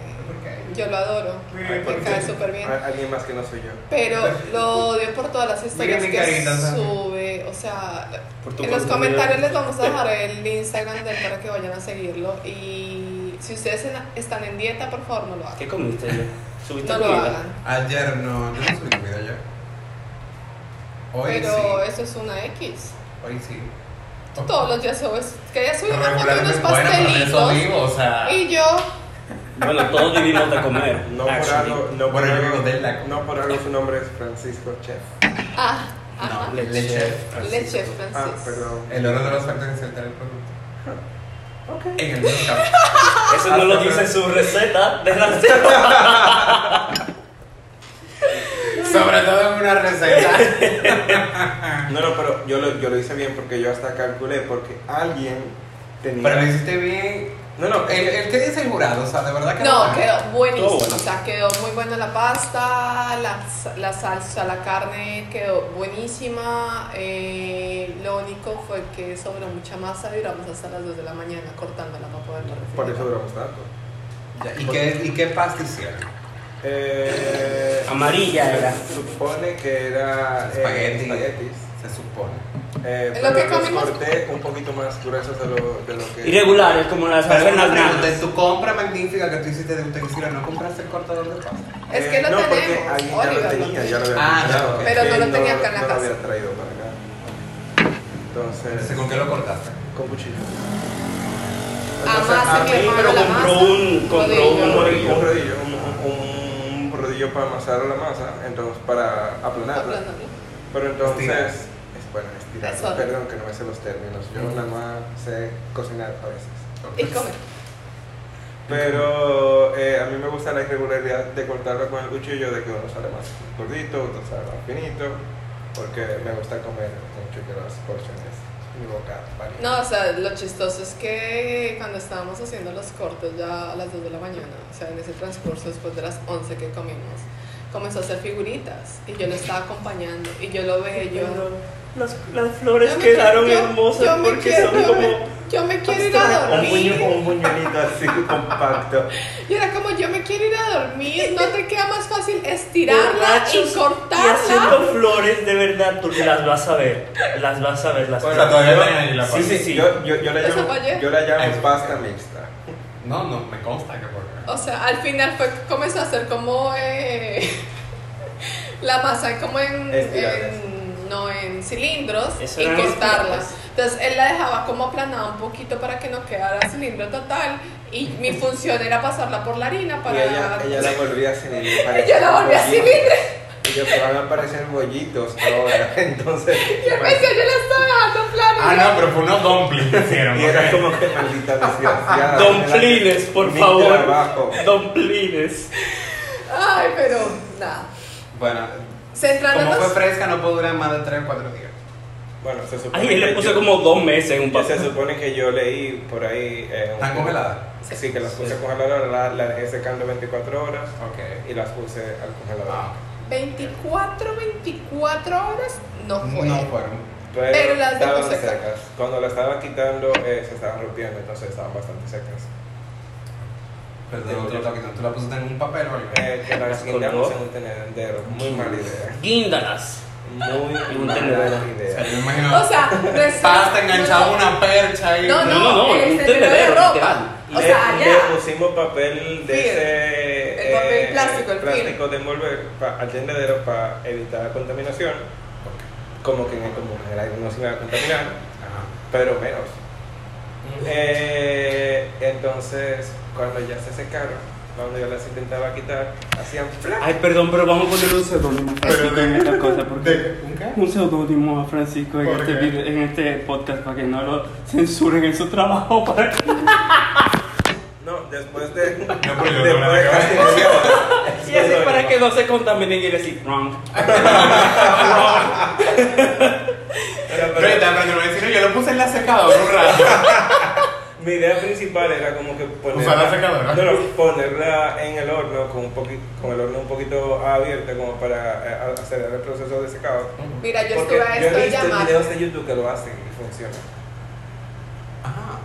Speaker 1: yo lo adoro,
Speaker 3: Ay,
Speaker 1: me
Speaker 3: ¿por
Speaker 1: cae
Speaker 3: qué?
Speaker 1: súper bien.
Speaker 3: A- Alguien más que no soy yo.
Speaker 1: Pero lo odio por todas las historias
Speaker 4: Pues, mi
Speaker 1: que
Speaker 4: carita, ¿sabes?
Speaker 1: sube. O sea,
Speaker 2: Por tu
Speaker 1: en los
Speaker 2: contenido.
Speaker 1: comentarios les vamos a
Speaker 4: eh.
Speaker 1: dejar el Instagram de él para que vayan a seguirlo. Y si ustedes en- están en dieta, por favor, no lo hagan.
Speaker 2: ¿Qué comiste yo? ¿Subiste
Speaker 1: No lo
Speaker 2: comida?
Speaker 1: hagan.
Speaker 4: Ayer no, yo no subí un video ayer. Hoy
Speaker 1: Pero
Speaker 4: sí,
Speaker 1: eso es una X.
Speaker 4: hoy sí.
Speaker 1: Tú todos los días subes. Que ya subí una foto de unos
Speaker 4: Regularmente, bueno, pero de eso
Speaker 1: pastelitos.
Speaker 4: vivo, o sea.
Speaker 1: Y yo
Speaker 2: Bueno, todos vivimos de comer.
Speaker 3: No por
Speaker 2: actually.
Speaker 3: algo, no por
Speaker 4: Bueno, yo
Speaker 3: algo,
Speaker 4: vivo del lago.
Speaker 3: no por algo su nombre es Francisco Chef.
Speaker 1: Ah,
Speaker 4: No,
Speaker 1: ajá.
Speaker 2: leche.
Speaker 4: leche.
Speaker 1: Leche
Speaker 4: Francisco.
Speaker 1: francés.
Speaker 3: Ah, perdón.
Speaker 4: El oro de los factores es el del producto.
Speaker 3: Ok.
Speaker 4: En el mercado.
Speaker 2: Eso no lo dice su receta de la
Speaker 4: Sobre todo en una receta.
Speaker 3: No, no, pero yo lo, yo lo hice bien porque yo hasta calculé porque alguien tenía.
Speaker 4: Pero lo hiciste bien.
Speaker 3: no, no, eh,
Speaker 4: El, el que dice el jurado, o sea, de verdad que
Speaker 1: No,
Speaker 4: no.
Speaker 1: quedó buenísimo.
Speaker 2: Todo bueno.
Speaker 1: O sea, quedó muy buena la pasta, la, sa- la salsa, la carne quedó buenísima. eh, lo único fue que sobró mucha masa y duramos hasta las 2 de la mañana cortándola para poderla refrigerar.
Speaker 3: por eso duramos tanto.
Speaker 4: Ya, ¿Y qué, ¿Y qué pasta hicieron?
Speaker 3: Eh,
Speaker 2: Amarilla era.
Speaker 3: se Supone que era eh,
Speaker 4: Espagueti.
Speaker 3: espaguetis.
Speaker 4: Se supone.
Speaker 3: Eh,
Speaker 1: Es lo
Speaker 3: pero
Speaker 1: que
Speaker 3: los
Speaker 1: comimos.
Speaker 3: corté un poquito más gruesos de lo, de lo que.
Speaker 2: Irregular, eh. es como la salsa
Speaker 4: Pero
Speaker 2: en
Speaker 4: una
Speaker 2: las
Speaker 4: pregunta, en
Speaker 2: nanas.
Speaker 4: tu compra magnífica que tú hiciste de usted quisiera, ¿no compraste el cortador de pasta?
Speaker 1: Es que lo
Speaker 3: no, porque
Speaker 1: tenemos,
Speaker 3: alguien ya
Speaker 1: Oliver
Speaker 3: lo
Speaker 1: lo
Speaker 3: tenía,
Speaker 1: tiene.
Speaker 3: ya lo había
Speaker 4: Ah,
Speaker 3: comprado,
Speaker 4: ya, ok.
Speaker 1: Pero no
Speaker 3: que
Speaker 1: lo tenía acá en la
Speaker 3: no
Speaker 1: casa.
Speaker 3: lo había traído para acá.
Speaker 4: Entonces,
Speaker 3: Entonces,
Speaker 4: Este, ¿Con qué lo cortaste?
Speaker 3: con cuchillo.
Speaker 1: Ah,
Speaker 3: Entonces,
Speaker 1: masa,
Speaker 3: a
Speaker 1: mi
Speaker 3: mí-
Speaker 1: hermano,
Speaker 2: pero
Speaker 1: la
Speaker 2: compró
Speaker 1: masa,
Speaker 2: un- compró
Speaker 1: rodillo.
Speaker 2: un
Speaker 3: un rodillo, un,
Speaker 2: rodillo.
Speaker 3: rodillo, un- un- un rodillo para amasar la masa, entonces para aplanarla.
Speaker 1: Aplándalo.
Speaker 3: Pero entonces,
Speaker 4: Estirar.
Speaker 3: es bueno, estirar.
Speaker 1: Eso.
Speaker 3: Perdón que no me sé los términos, yo
Speaker 4: Ujú.
Speaker 3: nada más sé cocinar a veces.
Speaker 1: Y comer.
Speaker 3: Pero eh, a mí me gusta la irregularidad de cortarlo con el cuchillo, de que uno sale más gordito, otro sale más finito, porque me gusta comer mucho que las porciones, mi boca varía.
Speaker 1: No, o sea, lo chistoso es que cuando estábamos haciendo los cortos ya a las 2 de la mañana, o sea, en ese transcurso después de las 11 que comimos, comenzó a hacer figuritas y yo lo estaba acompañando y yo lo veía y yo...
Speaker 2: Las, las flores
Speaker 1: yo me
Speaker 2: quedaron
Speaker 1: quiero- yo-
Speaker 2: hermosas
Speaker 1: yo me
Speaker 2: porque
Speaker 1: quiero-
Speaker 2: son
Speaker 1: yo me-
Speaker 2: como.
Speaker 1: Yo me quiero ir a
Speaker 3: un, puño-
Speaker 1: dormir.
Speaker 3: un puñuelito así compacto.
Speaker 1: Y era como, yo me quiero ir a dormir. ¿No te queda más fácil estirarla
Speaker 2: borrachos
Speaker 1: y
Speaker 2: Y
Speaker 1: cortarla?
Speaker 2: haciendo flores, de verdad, tú las vas a ver. Las vas a ver, las
Speaker 4: Bueno,
Speaker 2: vas a ver.
Speaker 4: todavía
Speaker 3: yo-
Speaker 4: no hay la
Speaker 3: sí,
Speaker 4: pasta.
Speaker 3: sí, sí. Yo, yo, yo la
Speaker 1: ¿Esa
Speaker 3: llamo,
Speaker 1: fallé?
Speaker 3: yo la llamo
Speaker 4: Ay.
Speaker 3: pasta mixta.
Speaker 4: No, no, me consta que por
Speaker 1: O sea, al final fue, comenzó a hacer como eh, la masa, como en,
Speaker 3: Estirarlas.
Speaker 1: en- no, en cilindros
Speaker 2: Eso
Speaker 1: y
Speaker 2: eran
Speaker 1: cortarla.
Speaker 2: estirarlas.
Speaker 1: Entonces él la dejaba como aplanada un poquito para que no quedara cilindro total y mi función era pasarla por la harina para...
Speaker 3: Y ella, ella la volvía a cilindro.
Speaker 1: Ella la volvía
Speaker 3: parecía un
Speaker 1: cilindro.
Speaker 3: bollito. Y yo, se van a aparecer bollitos ahora. Entonces,
Speaker 1: Yo pensé, yo la estaba dejando plana.
Speaker 4: Ah, no, pero fue unos dumplings que hicieron.
Speaker 3: y era
Speaker 4: ok.
Speaker 3: como que maldita desgraciada.
Speaker 2: Domplines, por
Speaker 3: Mi
Speaker 2: favor.
Speaker 3: trabajo.
Speaker 2: Domplines.
Speaker 1: Ay, pero nada.
Speaker 4: Bueno, como fue
Speaker 1: Centrándonos.
Speaker 4: fresca, no pudo durar más de 3 o 4 días.
Speaker 3: Bueno, se supone
Speaker 2: Ay, él le
Speaker 3: que
Speaker 2: puse
Speaker 3: yo-
Speaker 2: como dos meses en un
Speaker 3: que
Speaker 2: papel.
Speaker 3: se supone que yo leí por ahí. eh, un-
Speaker 4: ¿Están congeladas?
Speaker 3: Sí, que las puse
Speaker 2: Sí.
Speaker 3: congeladoras, las la dejé secando 24 horas
Speaker 4: Ok.
Speaker 3: y las puse al congelador.
Speaker 4: Ah,
Speaker 1: 24, 24 horas no fue.
Speaker 4: no fueron.
Speaker 3: Pero,
Speaker 1: Pero las dejó
Speaker 3: estaban
Speaker 1: secas.
Speaker 3: secas. Cuando las estaba quitando, eh, se estaban rompiendo, entonces estaban bastante secas.
Speaker 4: Perdón, otro toquito. Tú la pusiste en un papel, Oliver.
Speaker 3: Eh, que las
Speaker 2: Las
Speaker 3: guindamos
Speaker 2: colgó.
Speaker 3: en un tenedero. Muy mala idea.
Speaker 2: Guíndalas.
Speaker 3: Muy
Speaker 2: En un
Speaker 3: mala
Speaker 2: tenedero.
Speaker 4: O sea,
Speaker 3: idea.
Speaker 4: yo me imagino.
Speaker 1: O sea, resulta-
Speaker 4: pasta enganchada a una percha ahí.
Speaker 1: No, no,
Speaker 2: No, no,
Speaker 1: el
Speaker 2: un
Speaker 1: tendedero de
Speaker 2: tendedero,
Speaker 1: ropa.
Speaker 2: literal.
Speaker 1: O
Speaker 3: le,
Speaker 1: sea,
Speaker 3: le
Speaker 1: allá.
Speaker 3: pusimos papel
Speaker 1: Film.
Speaker 3: de ese. eh,
Speaker 1: El papel plástico, el
Speaker 3: plástico de envolver pa- al tendedero para evitar la contaminación. Como que en el, como en el aire no se iba a contaminar,
Speaker 4: Ajá.
Speaker 3: pero menos.
Speaker 4: Mm.
Speaker 3: Eh, entonces, cuando ya se secaron, cuando yo las intentaba quitar, hacían flash.
Speaker 2: Ay, perdón, pero vamos a poner un seudónimo a Francisco
Speaker 4: Pero de-
Speaker 2: en esta cosa. Porque
Speaker 4: ¿De un qué?
Speaker 2: un seudónimo a Francisco en
Speaker 4: ¿Por
Speaker 2: este,
Speaker 4: qué?
Speaker 2: video- en este podcast para que no lo censuren en su trabajo. Para que...
Speaker 3: No, después de. después
Speaker 4: No, pero yo
Speaker 3: de
Speaker 4: no me la
Speaker 3: casi
Speaker 4: acabé.
Speaker 3: media hora.
Speaker 2: Y así para que no se contaminen y decir, wrong.
Speaker 3: Pero,
Speaker 4: Pero
Speaker 3: pero,
Speaker 4: está, pero yo no voy a decir, no, yo lo puse en la secadora un rato.
Speaker 3: mi idea principal era como que ponerla,
Speaker 5: Usar la secadora.
Speaker 3: no, no, ponerla en el horno con, un poqui- con el horno un poquito abierto como para eh, acelerar el proceso de secado.
Speaker 1: Mira, yo
Speaker 3: Porque
Speaker 1: estuve a
Speaker 3: yo
Speaker 1: esto
Speaker 3: he
Speaker 1: de
Speaker 3: visto
Speaker 1: llamar.
Speaker 3: videos de YouTube que lo hacen y funciona.
Speaker 4: Ajá.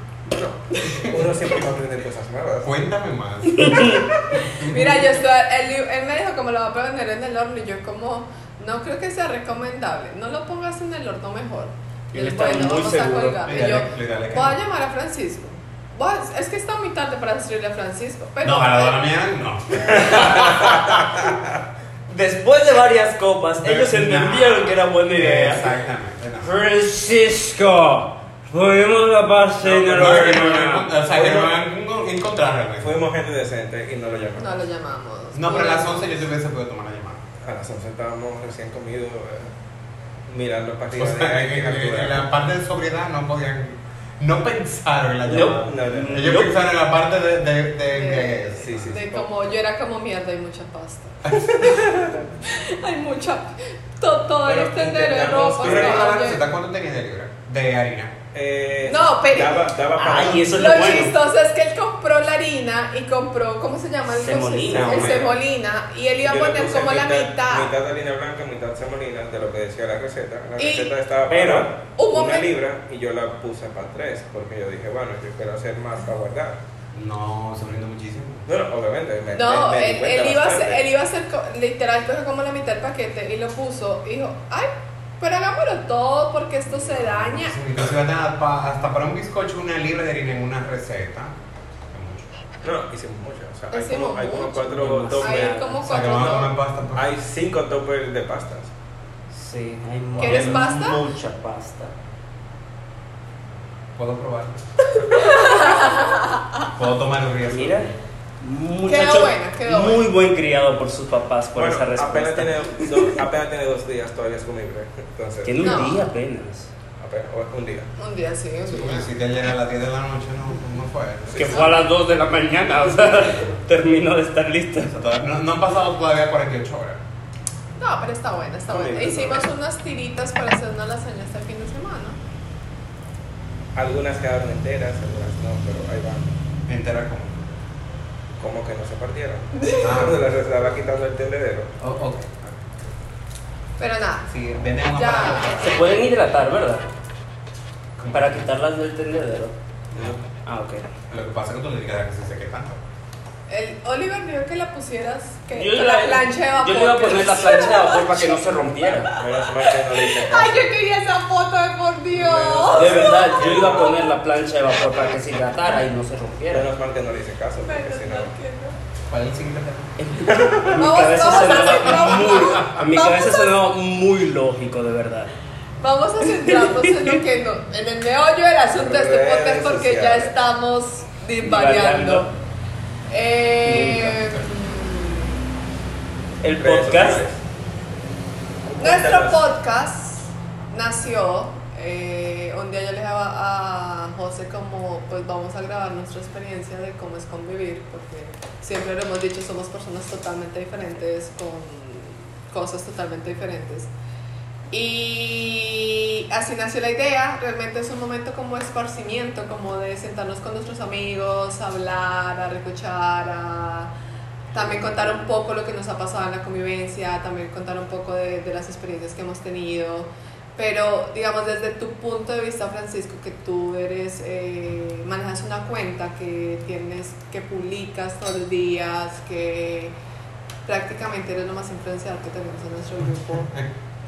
Speaker 3: Uno siempre va a aprender cosas nuevas.
Speaker 4: Cuéntame más.
Speaker 1: Mira, yo estoy, él, él me dijo como lo va a poner en el horno y yo como, no creo que sea recomendable, no lo pongas en el horno mejor.
Speaker 5: Y
Speaker 1: Él,
Speaker 5: él estaba muy
Speaker 1: vamos a
Speaker 5: seguro.
Speaker 1: colgar. Y
Speaker 4: Le
Speaker 1: yo,
Speaker 4: dale- le dale que
Speaker 1: voy a
Speaker 4: no.
Speaker 1: llamar a Francisco. Voy a- es que está muy tarde para escribirle a Francisco, pero...
Speaker 5: No, para la mía, no.
Speaker 2: Después de varias copas, ellos
Speaker 4: No.
Speaker 2: entendieron que era buena idea.
Speaker 4: Exactamente. no.
Speaker 2: Francisco, podemos la pasta en
Speaker 4: No,
Speaker 2: el
Speaker 4: no, que no,
Speaker 2: horno.
Speaker 4: no, O sea, que no van a encontrar realmente.
Speaker 3: Fuimos gente decente y no lo llamamos.
Speaker 1: No lo llamamos.
Speaker 4: pues. No, pero a las 11 yo te hubiese podido tomar la llamada.
Speaker 3: A las 11 estábamos recién comidos eh, mirando para arriba.
Speaker 4: O sea, en,
Speaker 3: de-
Speaker 4: en- en la parte de sobriedad no podían. No pensaron en la
Speaker 2: No.
Speaker 4: llamada.
Speaker 3: No, no, no.
Speaker 4: Ellos
Speaker 2: No.
Speaker 4: pensaron en la parte de. de, de,
Speaker 1: De-
Speaker 4: de-
Speaker 3: Sí, sí, sí.
Speaker 1: De como yo era como mierda y mucha pasta. Hay mucha. Todo, todo el
Speaker 3: Pero
Speaker 1: extendero de
Speaker 3: intentamos-
Speaker 1: ropa.
Speaker 4: ¿Tú
Speaker 3: Pues
Speaker 4: recordabas
Speaker 1: todo,
Speaker 4: la
Speaker 1: yo-
Speaker 4: receta cuánto tenía de libra? De harina.
Speaker 3: Eh,
Speaker 1: No, pero-
Speaker 3: Daba, daba para.
Speaker 2: Ay, eso es
Speaker 1: Lo
Speaker 2: lo bueno.
Speaker 1: chistoso es que él compró la harina y compró, ¿cómo se llama? El
Speaker 2: Semolina,
Speaker 1: El
Speaker 2: hombre.
Speaker 1: semolina. Y él iba a
Speaker 3: Yo le
Speaker 1: poner
Speaker 3: puse
Speaker 1: como la mitad.
Speaker 3: Mitad de harina blanca, mitad semolina, de lo que decía la receta. La
Speaker 1: Y-
Speaker 3: receta estaba
Speaker 2: pero,
Speaker 3: para
Speaker 1: un
Speaker 3: una
Speaker 1: momento.
Speaker 3: libra y yo la puse para tres, porque yo dije, bueno, yo quiero hacer más para guardar.
Speaker 4: No, se brindó muchísimo.
Speaker 3: No, no, obviamente. Me,
Speaker 1: No,
Speaker 3: me- me di
Speaker 1: él,
Speaker 3: cuenta
Speaker 1: él iba a hacer,
Speaker 3: bastante.
Speaker 1: él iba a hacer co- literal, cogió como la mitad del paquete y lo puso. Y dijo, ay, pero hagámoslo todo porque esto se daña.
Speaker 4: Sí, Entonces, hasta, pa- hasta para un bizcocho, una libra de harina en una receta. es
Speaker 3: No, hicimos mucho. O sea, hay
Speaker 1: Hicimos
Speaker 3: como, hay como
Speaker 1: mucho.
Speaker 3: cuatro
Speaker 2: Demasiado.
Speaker 1: Hay
Speaker 3: toppers.
Speaker 1: como
Speaker 4: mucho. O sea, que vamos a comer
Speaker 1: cuatro.
Speaker 4: pasta. pues.
Speaker 3: Hay cinco toppers de pastas.
Speaker 2: Sí, hay mu-
Speaker 1: ¿Quieres pasta?
Speaker 2: mucha pasta.
Speaker 4: Puedo probar. Puedo tomar el riesgo.
Speaker 2: Mira, muchacho,
Speaker 1: buena, quedó
Speaker 2: muy
Speaker 1: buena.
Speaker 2: buen criado por sus papás por
Speaker 3: bueno,
Speaker 2: esa respuesta.
Speaker 3: apenas tiene, dos, apenas tiene dos días, todavía es comible. Entonces,
Speaker 2: Tiene un
Speaker 1: No.
Speaker 2: día apenas.
Speaker 3: apenas, o- un día.
Speaker 1: Un día sí, un
Speaker 4: Sí,
Speaker 1: día.
Speaker 4: porque si te ayer a las 10 de la noche no, no fue.
Speaker 2: Que fue a las 2 de la mañana, o sea, terminó de estar lista.
Speaker 4: O sea, todavía- no, no han pasado todavía 48 horas.
Speaker 1: No, pero está buena, está
Speaker 3: Está
Speaker 1: buena.
Speaker 3: bien, está
Speaker 1: Hicimos unas tiritas para hacer una lasaña este fin de semana.
Speaker 3: Algunas quedaron enteras, algunas no, pero ahí van.
Speaker 4: Entera como.
Speaker 3: como que no se partieron.
Speaker 4: Ah.
Speaker 3: Cuando les estaba quitando el tendedero.
Speaker 4: Oh, ok.
Speaker 1: Pero nada,
Speaker 4: Sí, venden una
Speaker 1: ya.
Speaker 2: Se pueden hidratar, ¿verdad? Para quitarlas del tendedero. Ah, ok.
Speaker 4: Lo que pasa es que tú le digas que se seque tanto.
Speaker 1: El Oliver dijo que la pusieras que
Speaker 2: Yo
Speaker 1: con
Speaker 2: la-
Speaker 1: la plancha de vapor.
Speaker 2: Yo le iba a poner la plancha de vapor para que no se rompiera.
Speaker 3: Menos mal que no le hice
Speaker 1: Ay,
Speaker 3: caso.
Speaker 1: yo quería esa foto de por Dios.
Speaker 2: De verdad, yo iba a poner la plancha de vapor para que se hidratara y no se rompiera.
Speaker 3: Menos mal que no le hice caso, porque si no.
Speaker 4: ¿Cuál es el siguiente tema?
Speaker 2: A mi
Speaker 1: Vamos,
Speaker 2: cabeza
Speaker 1: vamos a
Speaker 2: sonaba
Speaker 1: centrarnos.
Speaker 2: muy, a mi
Speaker 1: Vamos
Speaker 2: cabeza
Speaker 1: a-
Speaker 2: sonaba muy lógico, de verdad.
Speaker 1: Vamos a centrarnos en lo que no, en el meollo del asunto de este
Speaker 3: Redes
Speaker 1: podcast porque ya
Speaker 3: sociales.
Speaker 1: estamos divariando.
Speaker 2: Divariando.
Speaker 1: Eh,
Speaker 2: El
Speaker 3: Redes
Speaker 2: podcast
Speaker 3: sociales.
Speaker 1: Nuestro
Speaker 3: Cuéntanos.
Speaker 1: podcast nació. eh, un día yo le dije a, a José como pues vamos a grabar nuestra experiencia de cómo es convivir, porque siempre lo hemos dicho, somos personas totalmente diferentes, con cosas totalmente diferentes. Y así nació la idea, realmente es un momento como de esparcimiento, como de sentarnos con nuestros amigos, hablar, a recochar, a también contar un poco lo que nos ha pasado en la convivencia, también contar un poco de, de las experiencias que hemos tenido. Pero, digamos, desde tu punto de vista, Francisco, que tú eres, eh, manejas una cuenta que tienes, que publicas todos los días, que prácticamente eres lo más influenciado que tenemos en nuestro grupo.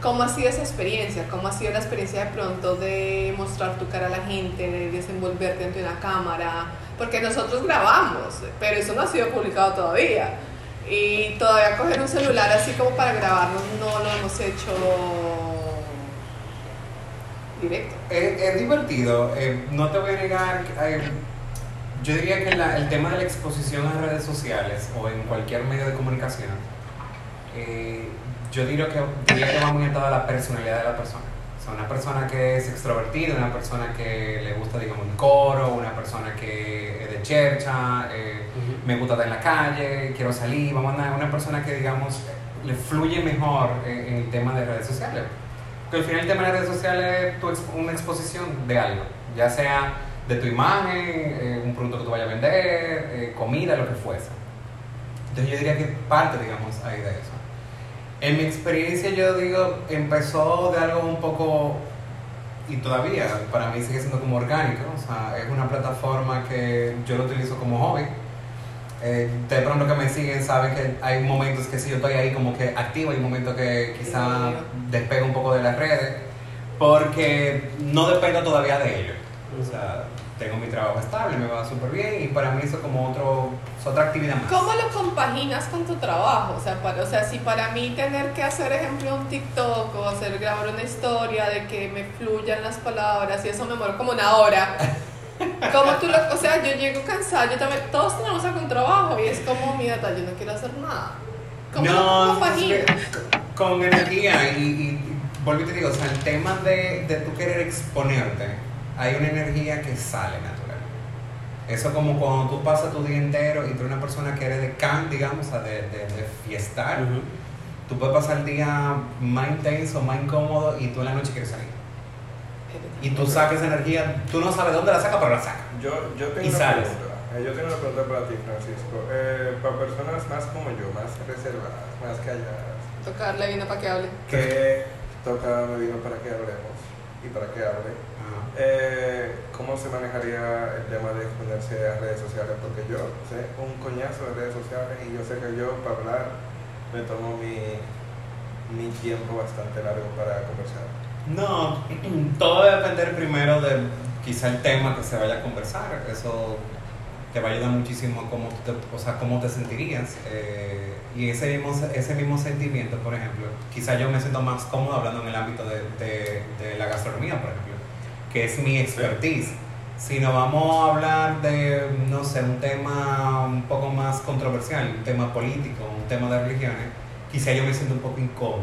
Speaker 1: ¿Cómo ha sido esa experiencia? ¿Cómo ha sido la experiencia de pronto de mostrar tu cara a la gente, de desenvolverte ante una cámara? Porque nosotros grabamos, pero eso no ha sido publicado todavía. Y todavía coger un celular así como para grabarnos no lo hemos hecho directo.
Speaker 4: Es, es divertido, eh, no te voy a negar, eh, yo diría que la- el tema de la exposición en redes sociales o en cualquier medio de comunicación, eh, yo diría que, diría que va muy atado a la personalidad de la persona. O sea, una persona que es extrovertida, una persona que le gusta, digamos, un coro, una persona que es de chercha, eh, me gusta estar en la calle, quiero salir, vamos a andar, una persona que, digamos, le fluye mejor eh, en, en el tema de redes sociales. Que al final el tema de las redes sociales es tu exp- una exposición de algo, ya sea de tu imagen, eh, un producto que tú vayas a vender, eh, comida, lo que fuese. Entonces yo diría que parte, digamos, ahí de eso. En mi experiencia yo digo, empezó de algo un poco, y todavía para mí sigue siendo como orgánico, o sea, es una plataforma que yo lo utilizo como hobby. Eh, de pronto que me siguen saben que hay momentos que sí yo estoy ahí como que activo, hay momentos que quizá despego un poco de las redes, porque no dependo todavía de ello. O sea, tengo mi trabajo estable, me va súper bien y para mí eso como otro, es otra actividad más.
Speaker 1: ¿Cómo lo compaginas con tu trabajo? O sea, para, o sea, si para mí tener que hacer, ejemplo, un TikTok o hacer grabar una historia de que me fluyan las palabras y eso me muero como una hora. ¿Cómo tú lo, o sea, yo llego cansada, yo también, todos tenemos algún trabajo y es como, mierda, yo no quiero hacer nada. ¿Cómo lo compaginas?
Speaker 4: es que con energía y, y vuelvo y te digo, o sea, el tema de, de tú querer exponerte, hay una energía que sale natural. Eso como cuando tú pasas tu día entero y tú eres una persona que eres de can, digamos, o sea, de, de- de fiestar,
Speaker 2: Ujú.
Speaker 4: tú puedes pasar el día más intenso, más incómodo y tú en la noche quieres salir. Y tú sacas esa energía, tú no sabes dónde la sacas, pero la sacas.
Speaker 3: Yo, yo tengo
Speaker 4: Y
Speaker 3: una
Speaker 4: sales.
Speaker 3: pregunta. Eh, Yo tengo una pregunta para ti, Francisco. Eh, para personas más como yo, más reservadas, más calladas,
Speaker 1: Tocarle vino para que hable.
Speaker 3: que toca me vino para que hablemos y para que hable. Eh, ¿Cómo se manejaría el tema de exponerse a redes sociales? Porque yo sé un coñazo de redes sociales y yo sé que yo para hablar me tomo mi, mi tiempo bastante largo para conversar.
Speaker 4: No, todo va a depender primero de quizá el tema que se vaya a conversar. Eso te va a ayudar muchísimo a cómo, tú te, o sea, cómo te sentirías. eh, y ese mismo, ese mismo sentimiento, por ejemplo, quizá yo me siento más cómodo hablando en el ámbito de, de- de la gastronomía, por ejemplo, que es mi expertise. Si nos vamos a hablar de, no sé, un tema un poco más controversial, un tema político, un tema de religiones, quizá yo me siento un poco incómodo.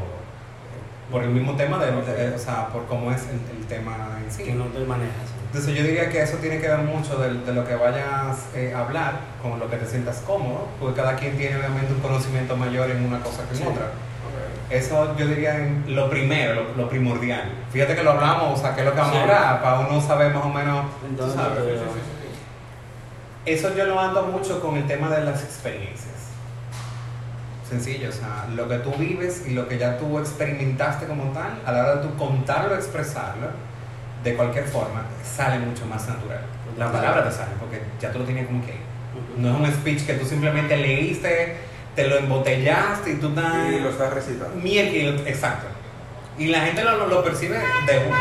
Speaker 4: eh, Por el mismo tema, de, de- o sea, por cómo es el, el tema en sí.
Speaker 2: que no te manejas.
Speaker 4: Entonces yo diría que eso tiene que ver mucho de, de lo que vayas eh, a hablar, con lo que te sientas cómodo, porque cada quien tiene obviamente un conocimiento mayor en una cosa que en
Speaker 2: Sí.
Speaker 4: otra. Eso yo diría en lo primero, lo, lo primordial. Fíjate que lo hablamos, o sea, que es lo que vamos a
Speaker 2: Sí.
Speaker 4: hablar, para uno saber más o menos... tú
Speaker 2: Entonces,
Speaker 4: sabes.
Speaker 2: pero-
Speaker 4: Eso yo lo ando mucho con el tema de las experiencias. Sencillo, o sea, lo que tú vives y lo que ya tú experimentaste como tal, a la hora de tú contarlo, expresarlo, de cualquier forma, sale mucho más natural. La palabra te sale, porque ya tú lo tenías como que ahí.
Speaker 2: Ujú.
Speaker 4: No es un speech que tú simplemente leíste, te lo embotellaste y tú estás...
Speaker 3: Y lo estás recitando.
Speaker 4: Mierda, exacto. Y la gente lo, lo- lo percibe de una.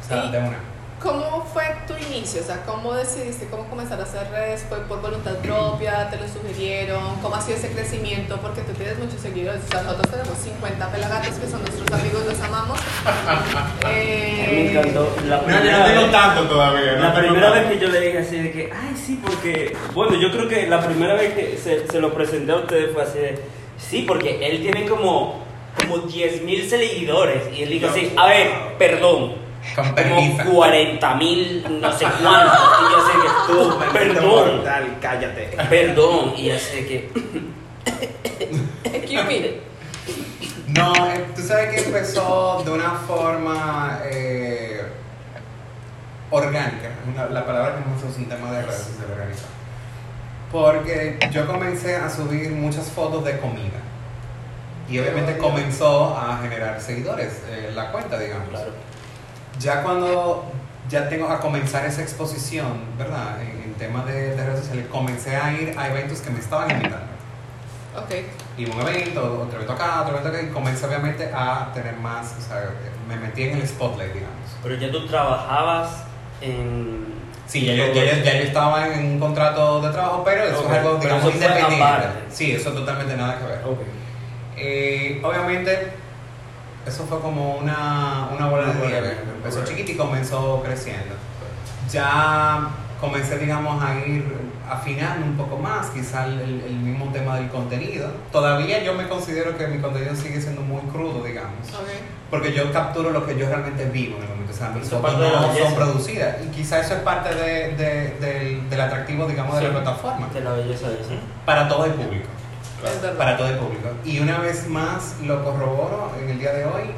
Speaker 4: O sea,
Speaker 1: Sí.
Speaker 4: de una.
Speaker 1: ¿Cómo fue tu inicio? O sea, ¿cómo decidiste cómo comenzar a hacer redes? ¿Fue por voluntad propia? ¿Te lo sugirieron? ¿Cómo ha sido ese crecimiento? Porque tú tienes muchos seguidores. O sea, nosotros tenemos 50 pelagatos que son nuestros amigos, los amamos.
Speaker 2: Me
Speaker 1: Eh,
Speaker 2: encantó. La primera, vez,
Speaker 4: tanto todavía.
Speaker 2: la primera vez que yo le dije así de que, ay, sí, porque. Bueno, yo creo que la primera vez que se, se lo presenté a ustedes fue así de. Sí, porque él tiene como. Como 10.000 seguidores. Y él dijo así, a ver, perdón.
Speaker 4: Con
Speaker 2: Como
Speaker 4: permiso.
Speaker 2: 40.000, no sé cuánto. Y yo así de que, tú, perdón.
Speaker 5: Mortal, cállate.
Speaker 2: Perdón. Y yo así de que.
Speaker 1: excuse me.
Speaker 4: No, eh, tú sabes que empezó de una forma eh, orgánica. Una- la palabra que hemos usado es un tema de redes sociales orgánica. Porque yo comencé a subir muchas fotos de comida. Y obviamente comenzó a generar seguidores, eh, la cuenta, digamos.
Speaker 2: Claro.
Speaker 4: Ya cuando ya tengo a comenzar esa exposición, ¿verdad? En, en tema de, de redes sociales, comencé a ir a eventos que me estaban invitando
Speaker 1: Ok.
Speaker 4: y un evento, otro evento acá, otro evento acá, y comencé obviamente a tener más, o sea, me metí en el spotlight, digamos.
Speaker 2: Pero ya tú trabajabas en.
Speaker 4: Sí, ya yo, ya yo- ya yo estaba en un contrato de trabajo, pero eso
Speaker 2: Ok,
Speaker 4: es algo,
Speaker 2: pero
Speaker 4: digamos,
Speaker 2: eso fue
Speaker 4: independiente.
Speaker 2: aparte.
Speaker 4: Sí, eso totalmente nada que ver.
Speaker 2: Ok.
Speaker 4: Eh, obviamente, eso fue como una, una bola
Speaker 2: Una
Speaker 4: de
Speaker 2: bola de
Speaker 4: nieve.
Speaker 2: nieve,
Speaker 4: Empezó
Speaker 2: correcto.
Speaker 4: chiquito y comenzó creciendo. Ya comencé, digamos, a ir afinando un poco más, quizá el, el- el mismo tema del contenido. Todavía yo me considero que mi contenido sigue siendo muy crudo, digamos.
Speaker 1: Ok.
Speaker 4: Porque yo capturo lo que yo realmente vivo en el momento. O sea, mis
Speaker 2: Eso es
Speaker 4: fotos
Speaker 2: parte de la
Speaker 4: no son
Speaker 2: belleza.
Speaker 4: producidas. Y quizá eso es parte de- de- del, del atractivo, digamos, de
Speaker 2: Sí.
Speaker 4: la plataforma.
Speaker 2: De la belleza de eso.
Speaker 4: Para todo el público.
Speaker 1: Es verdad.
Speaker 4: Para todo el público. Y una vez más lo corroboro en el día de hoy.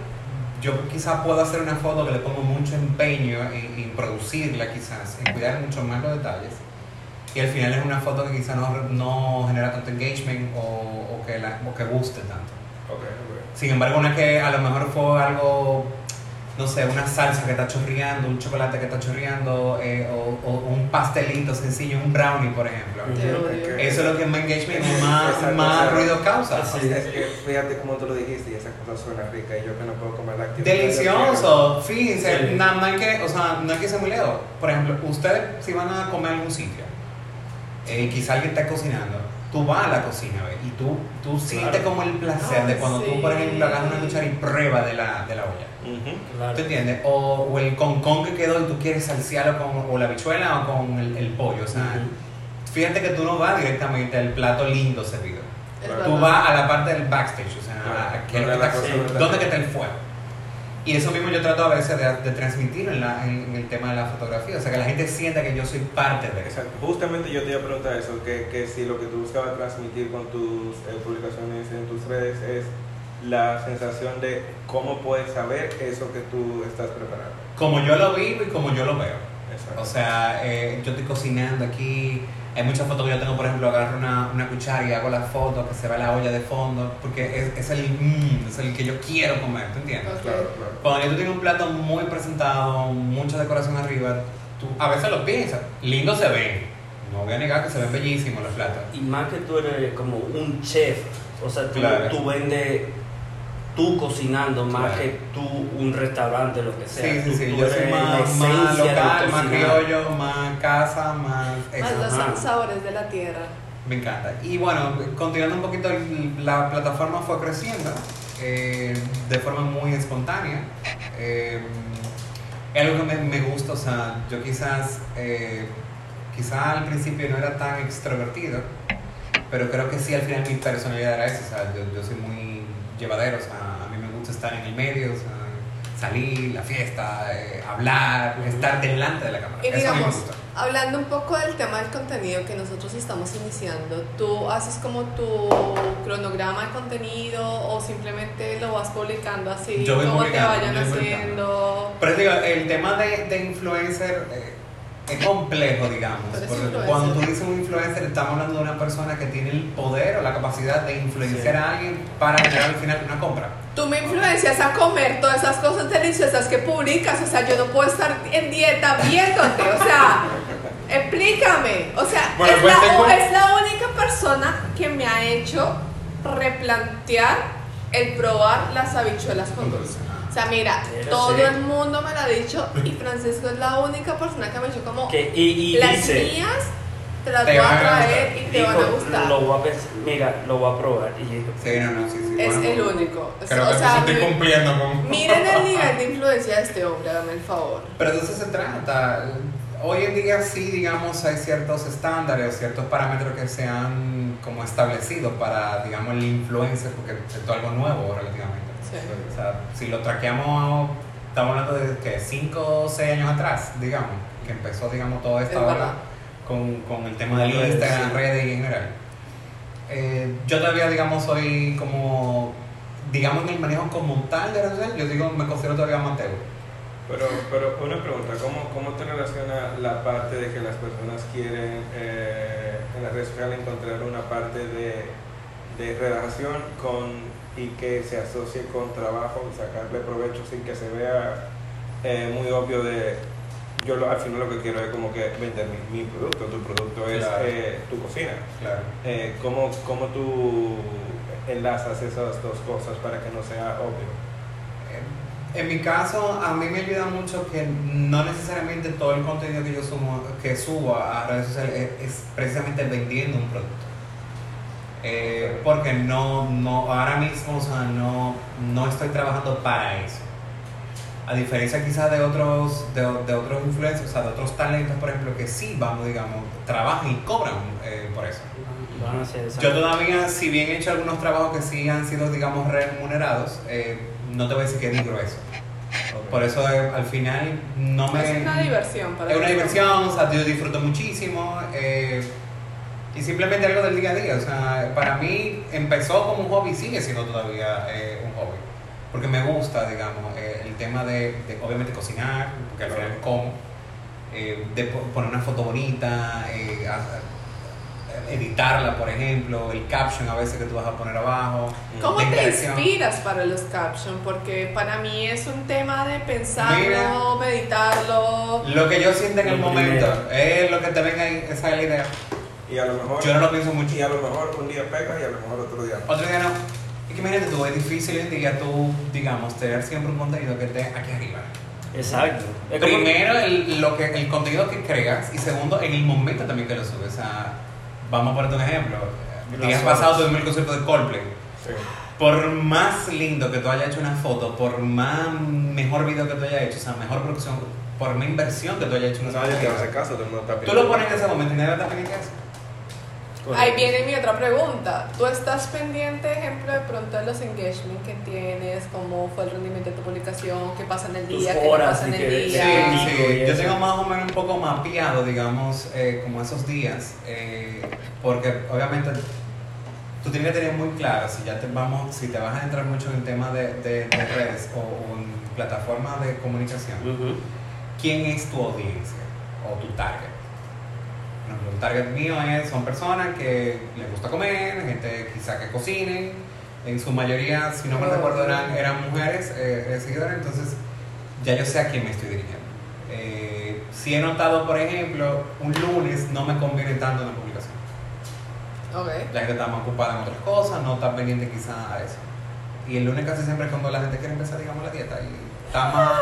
Speaker 4: yo quizás puedo hacer una foto que le pongo mucho empeño en, en producirla quizás, en cuidar mucho más los detalles. Y al final es una foto que quizás no, no genera tanto engagement o, o que la, o que guste tanto.
Speaker 3: Ok, ok.
Speaker 4: Sin embargo, una que a lo mejor fue algo, no sé, una salsa que está chorreando, un chocolate que está chorreando, eh, o, o un pastelito sencillo, un brownie, por ejemplo.
Speaker 1: Te odio.
Speaker 3: Ok.
Speaker 4: Eso es lo que más engagement y más,
Speaker 3: Exacto,
Speaker 4: más
Speaker 3: exacto.
Speaker 4: ruido causa.
Speaker 2: Así
Speaker 3: Es que fíjate cómo tú lo dijiste y esa cosa suena rica y yo que no puedo comer la actividad.
Speaker 4: Delicioso, fíjense,
Speaker 2: Sí.
Speaker 4: nada más que, o sea, no es que sea muy lejos. Por ejemplo, ustedes si van a comer a algún sitio, eh, quizá alguien está cocinando, tú vas a la cocina ¿ves? y tú, tú sientes como el placer
Speaker 1: Ah,
Speaker 4: de cuando
Speaker 1: sí.
Speaker 4: tú, por ejemplo, agarras una cuchara y prueba de la, de la olla.
Speaker 3: Ujú.
Speaker 2: Claro.
Speaker 4: ¿Tú entiendes? O, o el concón que quedó y tú quieres salsearlo con o la bichuela o con el, el pollo. O sea, fíjate que tú no vas directamente al plato lindo servido.
Speaker 1: Es
Speaker 3: Tú
Speaker 4: Tú
Speaker 1: verdad.
Speaker 4: vas a la parte del backstage, o sea,
Speaker 3: Claro,
Speaker 4: a- a- que
Speaker 3: donde la cosa
Speaker 2: sí,
Speaker 3: verdadera.
Speaker 4: ¿Dónde que está el fuego? Y eso mismo yo trato a veces de, de transmitir en, la- en- en el tema de la fotografía, o sea, que la gente sienta que yo soy parte de eso.
Speaker 3: Exacto. Justamente yo te iba a preguntar eso, que, que si lo que tú buscabas transmitir con tus eh, publicaciones en tus redes es la sensación de cómo puedes saber eso que tú estás preparando.
Speaker 4: Como yo lo vivo y como yo lo veo.
Speaker 3: Exacto.
Speaker 4: O sea, eh, yo estoy cocinando aquí, hay muchas fotos que yo tengo, por ejemplo, agarro una, una cuchara y hago la foto, que se ve la olla de fondo, porque es, es el mmm, es el que yo quiero comer, ¿tú entiendes?
Speaker 1: Ok.
Speaker 3: claro, claro.
Speaker 4: Cuando tú tienes un plato muy presentado, mucha decoración arriba, tú a veces lo piensas, lindo se ven. No voy a negar que se ven bellísimos los platos.
Speaker 2: Y más que tú eres como un chef, o sea, tú,
Speaker 4: Claro.
Speaker 2: tú vendes tú cocinando más
Speaker 4: Claro.
Speaker 2: que tú un restaurante, lo que sea.
Speaker 4: Sí, sí,
Speaker 2: Tú-
Speaker 4: sí.
Speaker 2: tú
Speaker 4: Yo soy
Speaker 2: eres
Speaker 4: más,
Speaker 2: la
Speaker 4: más
Speaker 2: esencia de
Speaker 4: local, más
Speaker 2: cocinar.
Speaker 4: criollo, más casa, más.
Speaker 1: Más
Speaker 4: eso.
Speaker 1: los
Speaker 2: Ajá.
Speaker 1: sabores de la tierra.
Speaker 4: Me encanta. Y bueno, continuando un poquito, el- la plataforma fue creciendo eh, de forma muy espontánea. Eh, es algo que me, me gusta, o sea, yo quizás, eh, quizá al principio no era tan extrovertido, pero creo que sí al final mi personalidad era esa, o sea, yo, yo soy muy llevadero, o sea, a mí me gusta estar en el medio, o sea, salir, la fiesta, eh, hablar, estar delante de la cámara.
Speaker 1: Y
Speaker 4: Eso a mí me
Speaker 1: digamos,
Speaker 4: gusta.
Speaker 1: hablando un poco del tema del contenido que nosotros estamos iniciando, ¿tú haces como tu cronograma de contenido o simplemente lo vas publicando así
Speaker 4: Yo voy
Speaker 1: como te
Speaker 4: publicando,
Speaker 1: vayan
Speaker 4: yo voy publicando.
Speaker 1: haciendo?
Speaker 4: Pero digo, el tema de, de influencer eh, es complejo, digamos.
Speaker 1: Pero es
Speaker 4: Porque
Speaker 1: influencer.
Speaker 4: cuando tú dices un influencer, estamos hablando de una persona que tiene el poder o la capacidad de influenciar
Speaker 2: Sí.
Speaker 4: a alguien para generar al final una compra.
Speaker 1: Tú me influencias a comer todas esas cosas deliciosas que publicas, o sea, yo no puedo estar en dieta viéndote, o sea, explícame, o sea,
Speaker 4: Bueno,
Speaker 1: es,
Speaker 4: pues
Speaker 1: la,
Speaker 4: tengo-
Speaker 1: es la única persona que me ha hecho replantear el probar las habichuelas con dulce. O sea, mira,
Speaker 2: Pero
Speaker 1: todo
Speaker 2: sí.
Speaker 1: el mundo me lo ha dicho y Francisco es la única persona que me ha dicho como
Speaker 2: Que- y, y
Speaker 1: las
Speaker 2: dice,
Speaker 1: mías te las
Speaker 4: Te
Speaker 1: voy a
Speaker 4: van a
Speaker 1: traer y te van a
Speaker 2: dijo,
Speaker 1: gustar.
Speaker 2: Lo voy a pens- mira, lo voy a probar. Y yo,
Speaker 4: Sí, no, no, sí, sí.
Speaker 1: Es
Speaker 4: bueno, pues,
Speaker 1: el único. O sea,
Speaker 4: Creo que
Speaker 1: o sea,
Speaker 4: eso estoy
Speaker 1: me-
Speaker 4: cumpliendo con...
Speaker 1: Miren el nivel de influencia de este hombre, dame el favor.
Speaker 4: Pero de eso se trata. Hoy en día sí, digamos, hay ciertos estándares o ciertos parámetros que se han como establecido para, digamos, el influencer, porque es todo algo nuevo relativamente.
Speaker 1: Sí.
Speaker 4: O sea, si lo traqueamos, estamos hablando de que 5 o 6 años atrás, digamos, que empezó, digamos, toda esta
Speaker 1: Es verdad.
Speaker 4: hora con, con el tema de
Speaker 2: Sí.
Speaker 4: Instagram, redes y en general. Eh, yo todavía, digamos, soy como, digamos, en el manejo como tal de redes sociales, yo digo, me considero todavía amateur.
Speaker 3: Pero, pero una pregunta, ¿cómo, ¿cómo te relaciona la parte de que las personas quieren eh, en las redes sociales encontrar una parte de, de relajación con, y que se asocie con trabajo y sacarle provecho sin que se vea eh, muy obvio de yo lo- al final lo que quiero es como que vender mi, mi producto, tu producto es
Speaker 4: Claro.
Speaker 3: eh, tu cocina.
Speaker 4: Claro.
Speaker 3: Eh, ¿cómo, ¿Cómo tú enlazas esas dos cosas para que no sea obvio?
Speaker 4: En mi caso, a mí me ayuda mucho que no necesariamente todo el contenido que yo subo, que subo a redes sociales es, es precisamente vendiendo un producto. Eh, porque no, no, ahora mismo, o sea, no, no estoy trabajando para eso. A diferencia quizás de otros, de, o- de otros influencers, o sea, de otros talentos, por ejemplo, que sí, vamos, digamos, trabajan y cobran eh, por eso.
Speaker 2: van a hacer esa-
Speaker 4: Yo todavía, si bien he hecho algunos trabajos que sí han sido, digamos, remunerados, eh, no te voy a decir que es grueso. Por eso eh, al final no me...
Speaker 1: Es una diversión para
Speaker 4: Es una
Speaker 1: mí.
Speaker 4: diversión, o sea, yo disfruto muchísimo. eh, y simplemente algo del día a día. O sea, para mí empezó como un hobby y sigue siendo todavía eh, un hobby. Porque me gusta, digamos, eh, el tema de, de, obviamente, cocinar, porque al final como, eh, de po- poner una foto bonita, eh, a- a- editarla, por ejemplo, el caption a veces que tú vas a poner abajo.
Speaker 1: ¿Cómo
Speaker 4: la
Speaker 1: te
Speaker 4: interacción.
Speaker 1: inspiras para los captions? Porque para mí es un tema de pensarlo,
Speaker 4: Mira.
Speaker 1: meditarlo.
Speaker 4: Lo que yo siento en el
Speaker 2: Lo
Speaker 4: momento
Speaker 2: primero.
Speaker 4: es lo que te venga ahí, esa es la idea.
Speaker 3: Y a lo mejor.
Speaker 4: Yo no lo pienso mucho.
Speaker 3: Y a lo mejor un día pega y a lo mejor otro día. no.
Speaker 4: Otro día no. Es que imagínate tú, es difícil hoy en día tú, digamos, tener siempre un contenido que esté aquí arriba.
Speaker 2: Exacto. Es como-
Speaker 4: Primero, el, lo que, el contenido que creas y segundo, en el momento también que lo subes. O sea, vamos a ponerte un ejemplo. El día
Speaker 2: Las
Speaker 4: pasado
Speaker 2: horas.
Speaker 4: tuvimos el concierto de Coldplay. Por más lindo que tú hayas hecho una foto, por más mejor video que tú hayas hecho, o sea, mejor producción, por más inversión que tú hayas hecho en
Speaker 3: No
Speaker 4: esa
Speaker 3: sabes que
Speaker 4: fotografía,
Speaker 3: no hace caso, todo el mundo está
Speaker 4: Tú lo pones en ese momento y nadie va a estar pendiente de eso.
Speaker 1: Ahí viene mi otra pregunta. ¿Tú estás pendiente, ejemplo, de pronto de los engagements que tienes? ¿Cómo fue el rendimiento de tu publicación? ¿Qué pasa en el
Speaker 2: Tus
Speaker 1: día? ¿Qué no
Speaker 2: horas
Speaker 1: pasa en
Speaker 2: y
Speaker 1: el
Speaker 2: que-
Speaker 4: Sí,
Speaker 1: día?
Speaker 2: Ya.
Speaker 4: sí.
Speaker 2: Y
Speaker 4: Yo
Speaker 2: eso.
Speaker 4: tengo más o menos un poco mapeado, digamos, eh, como esos días, eh, porque obviamente tú tienes que tener muy claro si ya te vamos, si te vas a entrar mucho en el tema de, de- de redes o, o en plataformas de comunicación,
Speaker 2: Ujú.
Speaker 4: ¿quién es tu audiencia o tu target? Por ejemplo, el target mío es, son personas que les gusta comer, gente quizá que cocinen, en su mayoría, si no me recuerdo, eran, eran mujeres eh, eh, seguidoras, entonces ya yo sé a quién me estoy dirigiendo. Eh, si he notado, por ejemplo, un lunes no me conviene tanto en la publicación.
Speaker 1: Ok.
Speaker 4: La gente está más ocupada en otras cosas, no está pendiente quizá a eso. Y el lunes casi siempre es cuando la gente quiere empezar, digamos, la dieta y está más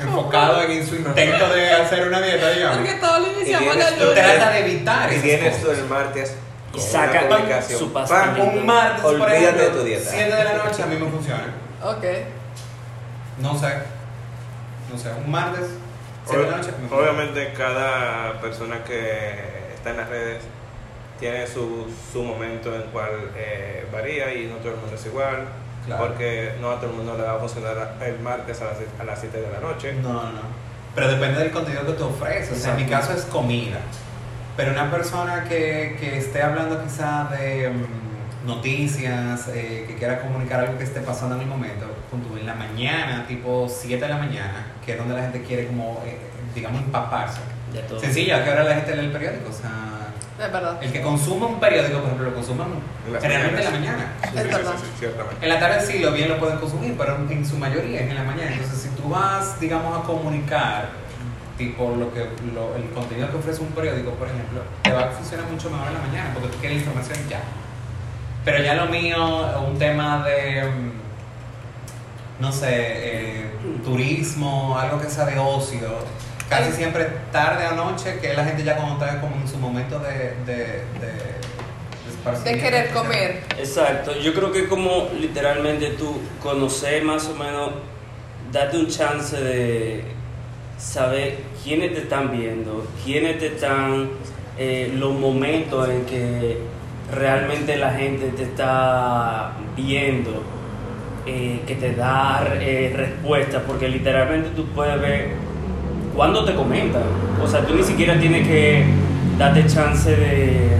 Speaker 4: enfocado en su intento de hacer una dieta, digamos.
Speaker 1: Porque todo lo iniciamos
Speaker 3: Y
Speaker 1: la
Speaker 3: tienes
Speaker 4: Tú
Speaker 3: todo
Speaker 1: luna.
Speaker 3: el-
Speaker 4: trata de evitar
Speaker 3: Y
Speaker 4: esas
Speaker 3: tienes tú
Speaker 4: cosas.
Speaker 3: el martes.
Speaker 2: Y saca
Speaker 3: una publicación.
Speaker 2: su
Speaker 3: Pam,
Speaker 2: pastelito.
Speaker 4: Un martes, por
Speaker 3: Olvídate
Speaker 4: ejemplo,
Speaker 3: de tu dieta.
Speaker 4: 7 de la noche a mí me funciona.
Speaker 1: Ok. Eh,
Speaker 4: No sé. No sé, un martes, 7 de la noche me
Speaker 3: Ob-
Speaker 4: funciona.
Speaker 3: Obviamente cada persona que está en las redes tiene su, su momento en cual eh, varía y no todo el mundo es igual.
Speaker 4: Claro.
Speaker 3: Porque no a todo el mundo le va a funcionar el martes a las, a las 7 de la noche.
Speaker 4: No, no, no. Pero depende del contenido que tú ofreces. O sea, en mi caso es comida. Pero una persona que, que esté hablando quizá de mm, noticias, eh, que quiera comunicar algo que esté pasando en el momento, punto, en la mañana, tipo 7 de la mañana, que es donde la gente quiere como, eh, digamos, empaparse.
Speaker 2: De todo.
Speaker 4: Sencillo, que ahora la gente lee el periódico. O sea,
Speaker 1: Es verdad.
Speaker 4: el que consume un periódico, por ejemplo, lo consume
Speaker 3: En las
Speaker 4: generalmente en la
Speaker 3: mañanas.
Speaker 4: mañana.
Speaker 1: Es verdad.
Speaker 3: ciertamente.
Speaker 4: En la tarde sí, lo bien lo pueden consumir, pero en su mayoría es en la mañana. Entonces, si tú vas, digamos, a comunicar, tipo lo que, lo- el contenido que ofrece un periódico, por ejemplo, te va a funcionar mucho mejor en la mañana porque tú quieres información ya. Pero ya lo mío, un tema de, mm, no sé, eh, turismo, algo que sea de ocio, casi
Speaker 1: Ay.
Speaker 4: siempre tarde o noche, que la gente ya como está como en su momento de... de, de de
Speaker 1: De
Speaker 4: esparcimiento,
Speaker 1: querer
Speaker 4: etcétera.
Speaker 1: comer.
Speaker 2: Exacto, yo creo que como literalmente tú conoces más o menos, date un chance de saber quiénes te están viendo, quiénes te están, eh, los momentos en que realmente la gente te está viendo, eh, que te da eh, respuesta, porque literalmente tú puedes ver cuando te comentan, o sea, tú ni siquiera tienes que darte chance de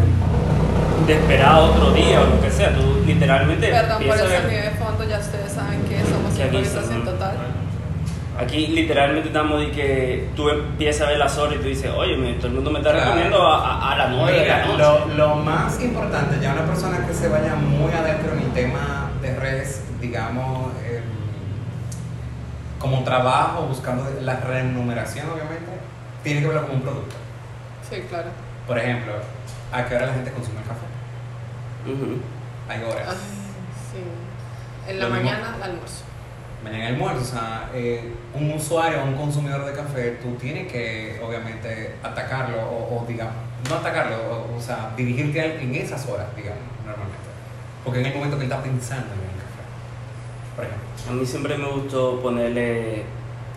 Speaker 2: de esperar otro día o lo que sea. Tú literalmente.
Speaker 1: Perdón por
Speaker 2: empiezas
Speaker 1: el
Speaker 2: a ver-
Speaker 1: sonido de fondo, ya ustedes saben que somos
Speaker 2: Que aquí
Speaker 1: improvisación
Speaker 2: estamos.
Speaker 1: total.
Speaker 2: Aquí literalmente estamos de que tú empiezas a ver las horas y tú dices, oye, me- todo el mundo me está
Speaker 4: Claro.
Speaker 2: respondiendo a, a, a las nueve de la
Speaker 4: Mira,
Speaker 2: noche.
Speaker 4: lo, lo más importante, ya una persona que se vaya muy adentro en el tema de redes, digamos, eh, como trabajo, buscando la remuneración, obviamente, tiene que verlo como un producto.
Speaker 1: Sí, claro.
Speaker 4: Por ejemplo, ¿a qué hora la gente consume el café?
Speaker 2: Ujú.
Speaker 4: Hay horas.
Speaker 1: Ay, sí. En la
Speaker 4: Lo mismo.
Speaker 1: mañana, al almuerzo.
Speaker 4: Mañana el almuerzo, o sea, eh, un usuario, un consumidor de café, tú tienes que, obviamente, atacarlo o, o digamos, no atacarlo, o, o sea, dirigirte a él en esas horas, digamos, normalmente. Porque en el momento que él está pensando en el café, por ejemplo.
Speaker 2: A mí siempre me gustó ponerle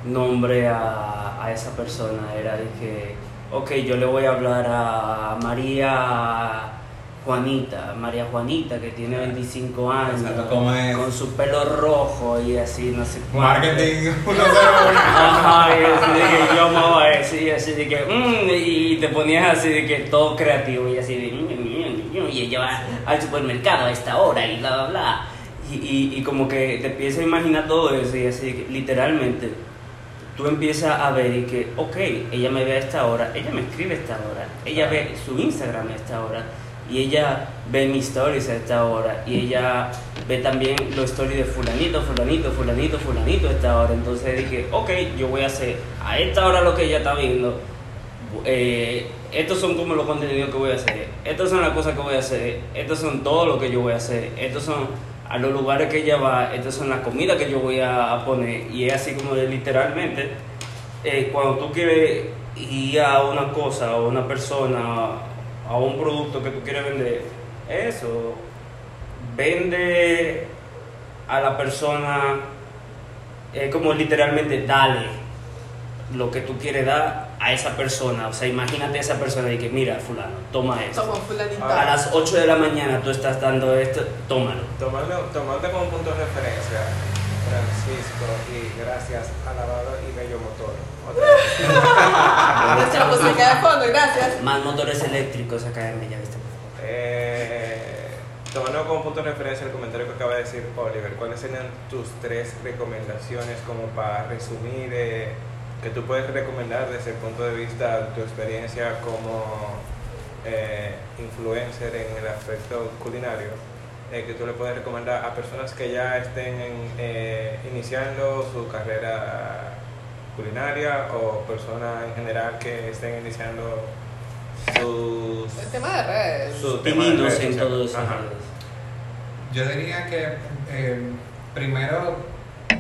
Speaker 2: nombre a, a esa persona. Era de que, ok, yo le voy a hablar a María Juanita, María Juanita que tiene 25 años,
Speaker 4: Exacto, ¿cómo es?
Speaker 2: con su pelo rojo y así, no sé cuánto.
Speaker 4: 101.
Speaker 2: Ajá, y así de que yo amaba eso, y así de que, mm, y te ponías así de que todo creativo, y así de, mm, mm, mm, y ella va al supermercado a esta hora, y bla, bla, bla. Y, y- y como que te empiezas a imaginar todo eso y así, que literalmente, tú empiezas a ver y que, ok, ella me ve a esta hora, ella me escribe a esta hora, ella ve su Instagram a esta hora, y ella ve mis stories a esta hora, y ella ve también los stories de fulanito, fulanito, fulanito, fulanito a esta hora. Entonces dije, ok, yo voy a hacer a esta hora lo que ella está viendo. Eh, estos son como los contenidos que voy a hacer, estas son las cosas que voy a hacer, estos son todo lo que yo voy a hacer, estos son a los lugares que ella va, estas son las comidas que yo voy a, a poner. Y es así como de literalmente, eh, cuando tú quieres ir a una cosa, a una persona, a un producto que tú quieres vender, eso, vende a la persona, es como literalmente, dale lo que tú quieres dar a esa persona. O sea, imagínate a esa persona y que, mira, fulano, toma
Speaker 1: Toma
Speaker 2: esto. A
Speaker 1: fulanita. Ah,
Speaker 2: las 8 de Ah, la mañana tú estás dando esto, tómalo.
Speaker 3: Tomando, tomando como punto de referencia, Francisco, y gracias a Lavado y Gallo Motor. Otra vez.
Speaker 1: Nuestra música de fondo, gracias.
Speaker 2: Más motores eléctricos acá en Bellavista. por favor.
Speaker 3: Eh, tomando como punto de referencia el comentario que acaba de decir Oliver, ¿cuáles serían tus tres recomendaciones como para resumir eh, que tú puedes recomendar desde el punto de vista de tu experiencia como eh, influencer en el aspecto culinario? eh, que tú le puedes recomendar a personas que ya estén en, eh, iniciando su carrera culinaria o personas en general que estén iniciando sus
Speaker 1: El tema de redes.
Speaker 3: su tema de
Speaker 2: Pininos
Speaker 3: redes
Speaker 2: en
Speaker 3: sociales.
Speaker 2: todos
Speaker 3: Ajá.
Speaker 2: lados.
Speaker 4: Yo diría que eh, primero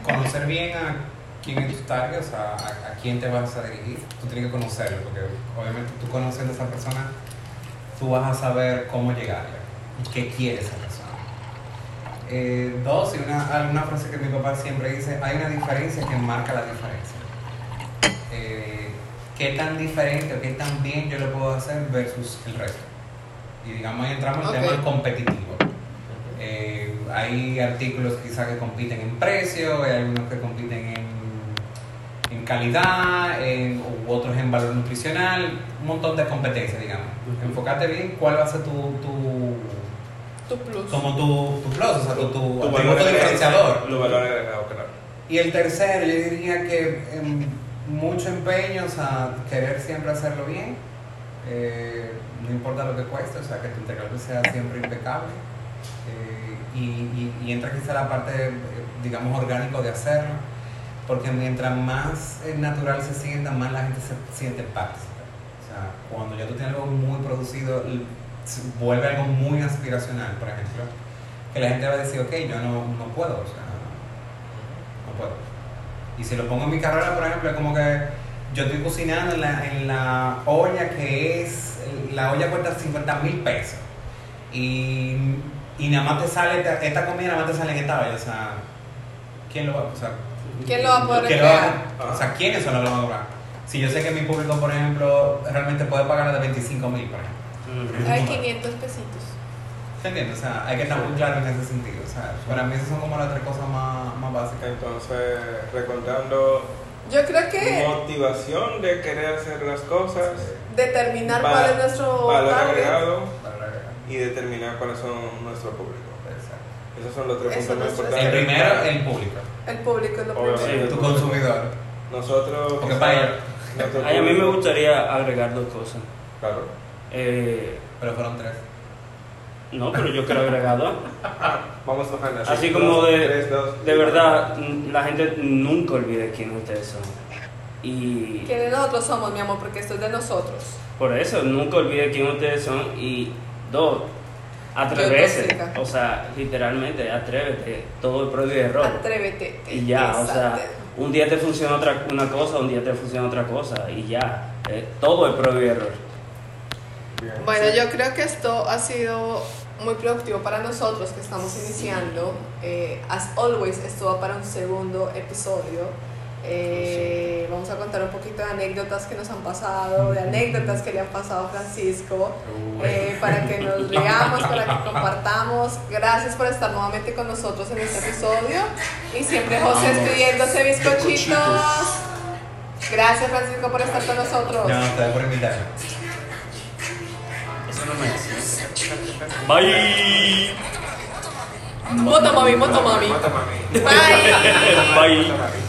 Speaker 4: conocer bien a quién es tu target, o sea, a, a quién te vas a dirigir. Tú tienes que conocerlo, porque obviamente tú conociendo a esa persona, tú vas a saber cómo llegarle y qué quiere esa persona. Eh, dos, y una, alguna frase que mi papá siempre dice, hay una diferencia que marca la diferencia. Eh, ¿Qué tan diferente o qué tan bien yo lo puedo hacer versus el resto? Y digamos, ahí entramos en el
Speaker 1: Ok.
Speaker 4: tema competitivo. Eh, hay artículos quizá que compiten en precio, hay algunos que compiten en, en calidad, en- u otros en valor nutricional, un montón de competencias, digamos.
Speaker 2: Ujú.
Speaker 4: Enfócate bien cuál va a ser tu, tu-
Speaker 1: Tu plus.
Speaker 4: como tu, tu plus, o sea, tu,
Speaker 3: Tu
Speaker 4: tu, tu
Speaker 3: valor
Speaker 4: punto
Speaker 3: agregado.
Speaker 4: diferenciador.
Speaker 3: Los valores agregados, claro.
Speaker 4: Y el tercero, yo diría que em, mucho empeño, o sea, querer siempre hacerlo bien, eh, no importa lo que cueste, o sea, que tu integral sea siempre impecable. eh, y, y- y entra quizá la parte, eh, digamos, orgánico de hacerlo, porque mientras más eh, natural se sienta, más la gente se siente partícipe. O sea, cuando ya tú tienes algo muy producido, l- se vuelve algo muy aspiracional, por ejemplo, que la gente va a decir, ok, yo no, no puedo, o sea, no puedo. Y si lo pongo en mi carrera, por ejemplo, es como que yo estoy cocinando en la, en la olla que es, la olla cuesta 50 mil pesos. Y, y nada más te sale, esta, esta comida nada más te sale en esta olla. O sea, ¿quién lo va a o sea,
Speaker 1: ¿Quién lo va a poder
Speaker 4: ¿quién lo va a-
Speaker 1: crear?
Speaker 3: crear?
Speaker 4: O sea, ¿quiénes son los que lo van a cobrar? Si yo sé que mi público, por ejemplo, realmente puede pagar de 25 mil, por ejemplo.
Speaker 2: Ujú.
Speaker 1: Hay 500 pesitos.
Speaker 4: ¿Entiendes? O sea, hay que estar muy claro en ese sentido. O sea, para mí esas son como las tres cosas más, más básicas.
Speaker 3: Entonces, recordando
Speaker 1: Yo creo que
Speaker 3: motivación de querer hacer las cosas,
Speaker 1: determinar
Speaker 3: Va-
Speaker 1: cuál es nuestro
Speaker 3: valor
Speaker 1: target.
Speaker 3: agregado
Speaker 4: Para la carrera.
Speaker 3: y determinar cuáles son nuestro público.
Speaker 4: Exacto.
Speaker 3: Esos son los tres
Speaker 1: Eso
Speaker 3: puntos
Speaker 1: no
Speaker 3: más
Speaker 1: es
Speaker 3: importantes.
Speaker 4: El primero, el público,
Speaker 1: El público es lo primero.
Speaker 2: Sí.
Speaker 4: tu consumidor.
Speaker 3: Nosotros.
Speaker 4: Porque
Speaker 3: quizás,
Speaker 4: vaya.
Speaker 3: nuestro
Speaker 2: Ay, a mí me
Speaker 3: público-
Speaker 2: gustaría agregar dos cosas.
Speaker 3: Claro.
Speaker 2: Eh,
Speaker 4: Pero fueron tres.
Speaker 2: no, pero yo quiero agregar dos.
Speaker 3: Vamos bajando.
Speaker 2: Así como
Speaker 3: Dos,
Speaker 2: de-
Speaker 3: tres, dos.
Speaker 2: De verdad, n- la gente nunca olvida quiénes ustedes son. Y
Speaker 1: Quienes nosotros somos, mi amor, porque esto es de nosotros.
Speaker 2: Por eso, nunca olvide quién ustedes son y dos,
Speaker 1: Yo
Speaker 2: atreverse.
Speaker 1: tóxica.
Speaker 2: O sea, literalmente, atrévete. Todo el propio error.
Speaker 1: Atrévete.
Speaker 2: Y ya, o sea,
Speaker 1: Exacto.
Speaker 2: un día te funciona otra, una cosa, un día te funciona otra cosa y ya. Eh, todo el propio error.
Speaker 3: Bien.
Speaker 1: Bueno,
Speaker 3: Sí.
Speaker 1: yo creo que esto ha sido muy productivo para nosotros que estamos iniciando. Eh, as always, esto va para un segundo episodio. Eh, Vamos a contar un poquito de anécdotas que nos han pasado, de anécdotas que le han pasado a Francisco, eh, para que nos leamos, para que compartamos. Gracias por estar nuevamente con nosotros en este episodio. Y siempre José
Speaker 4: Vamos.
Speaker 1: pidiéndose bizcochitos.
Speaker 2: Bizcochitos.
Speaker 1: Gracias Francisco por estar con nosotros.
Speaker 4: No, te doy por invitarme.
Speaker 2: Eso no me existe. Bye.
Speaker 1: Motomami, motomami.
Speaker 2: Mata mami.
Speaker 1: Bye.
Speaker 3: Bye.
Speaker 2: Mata mami.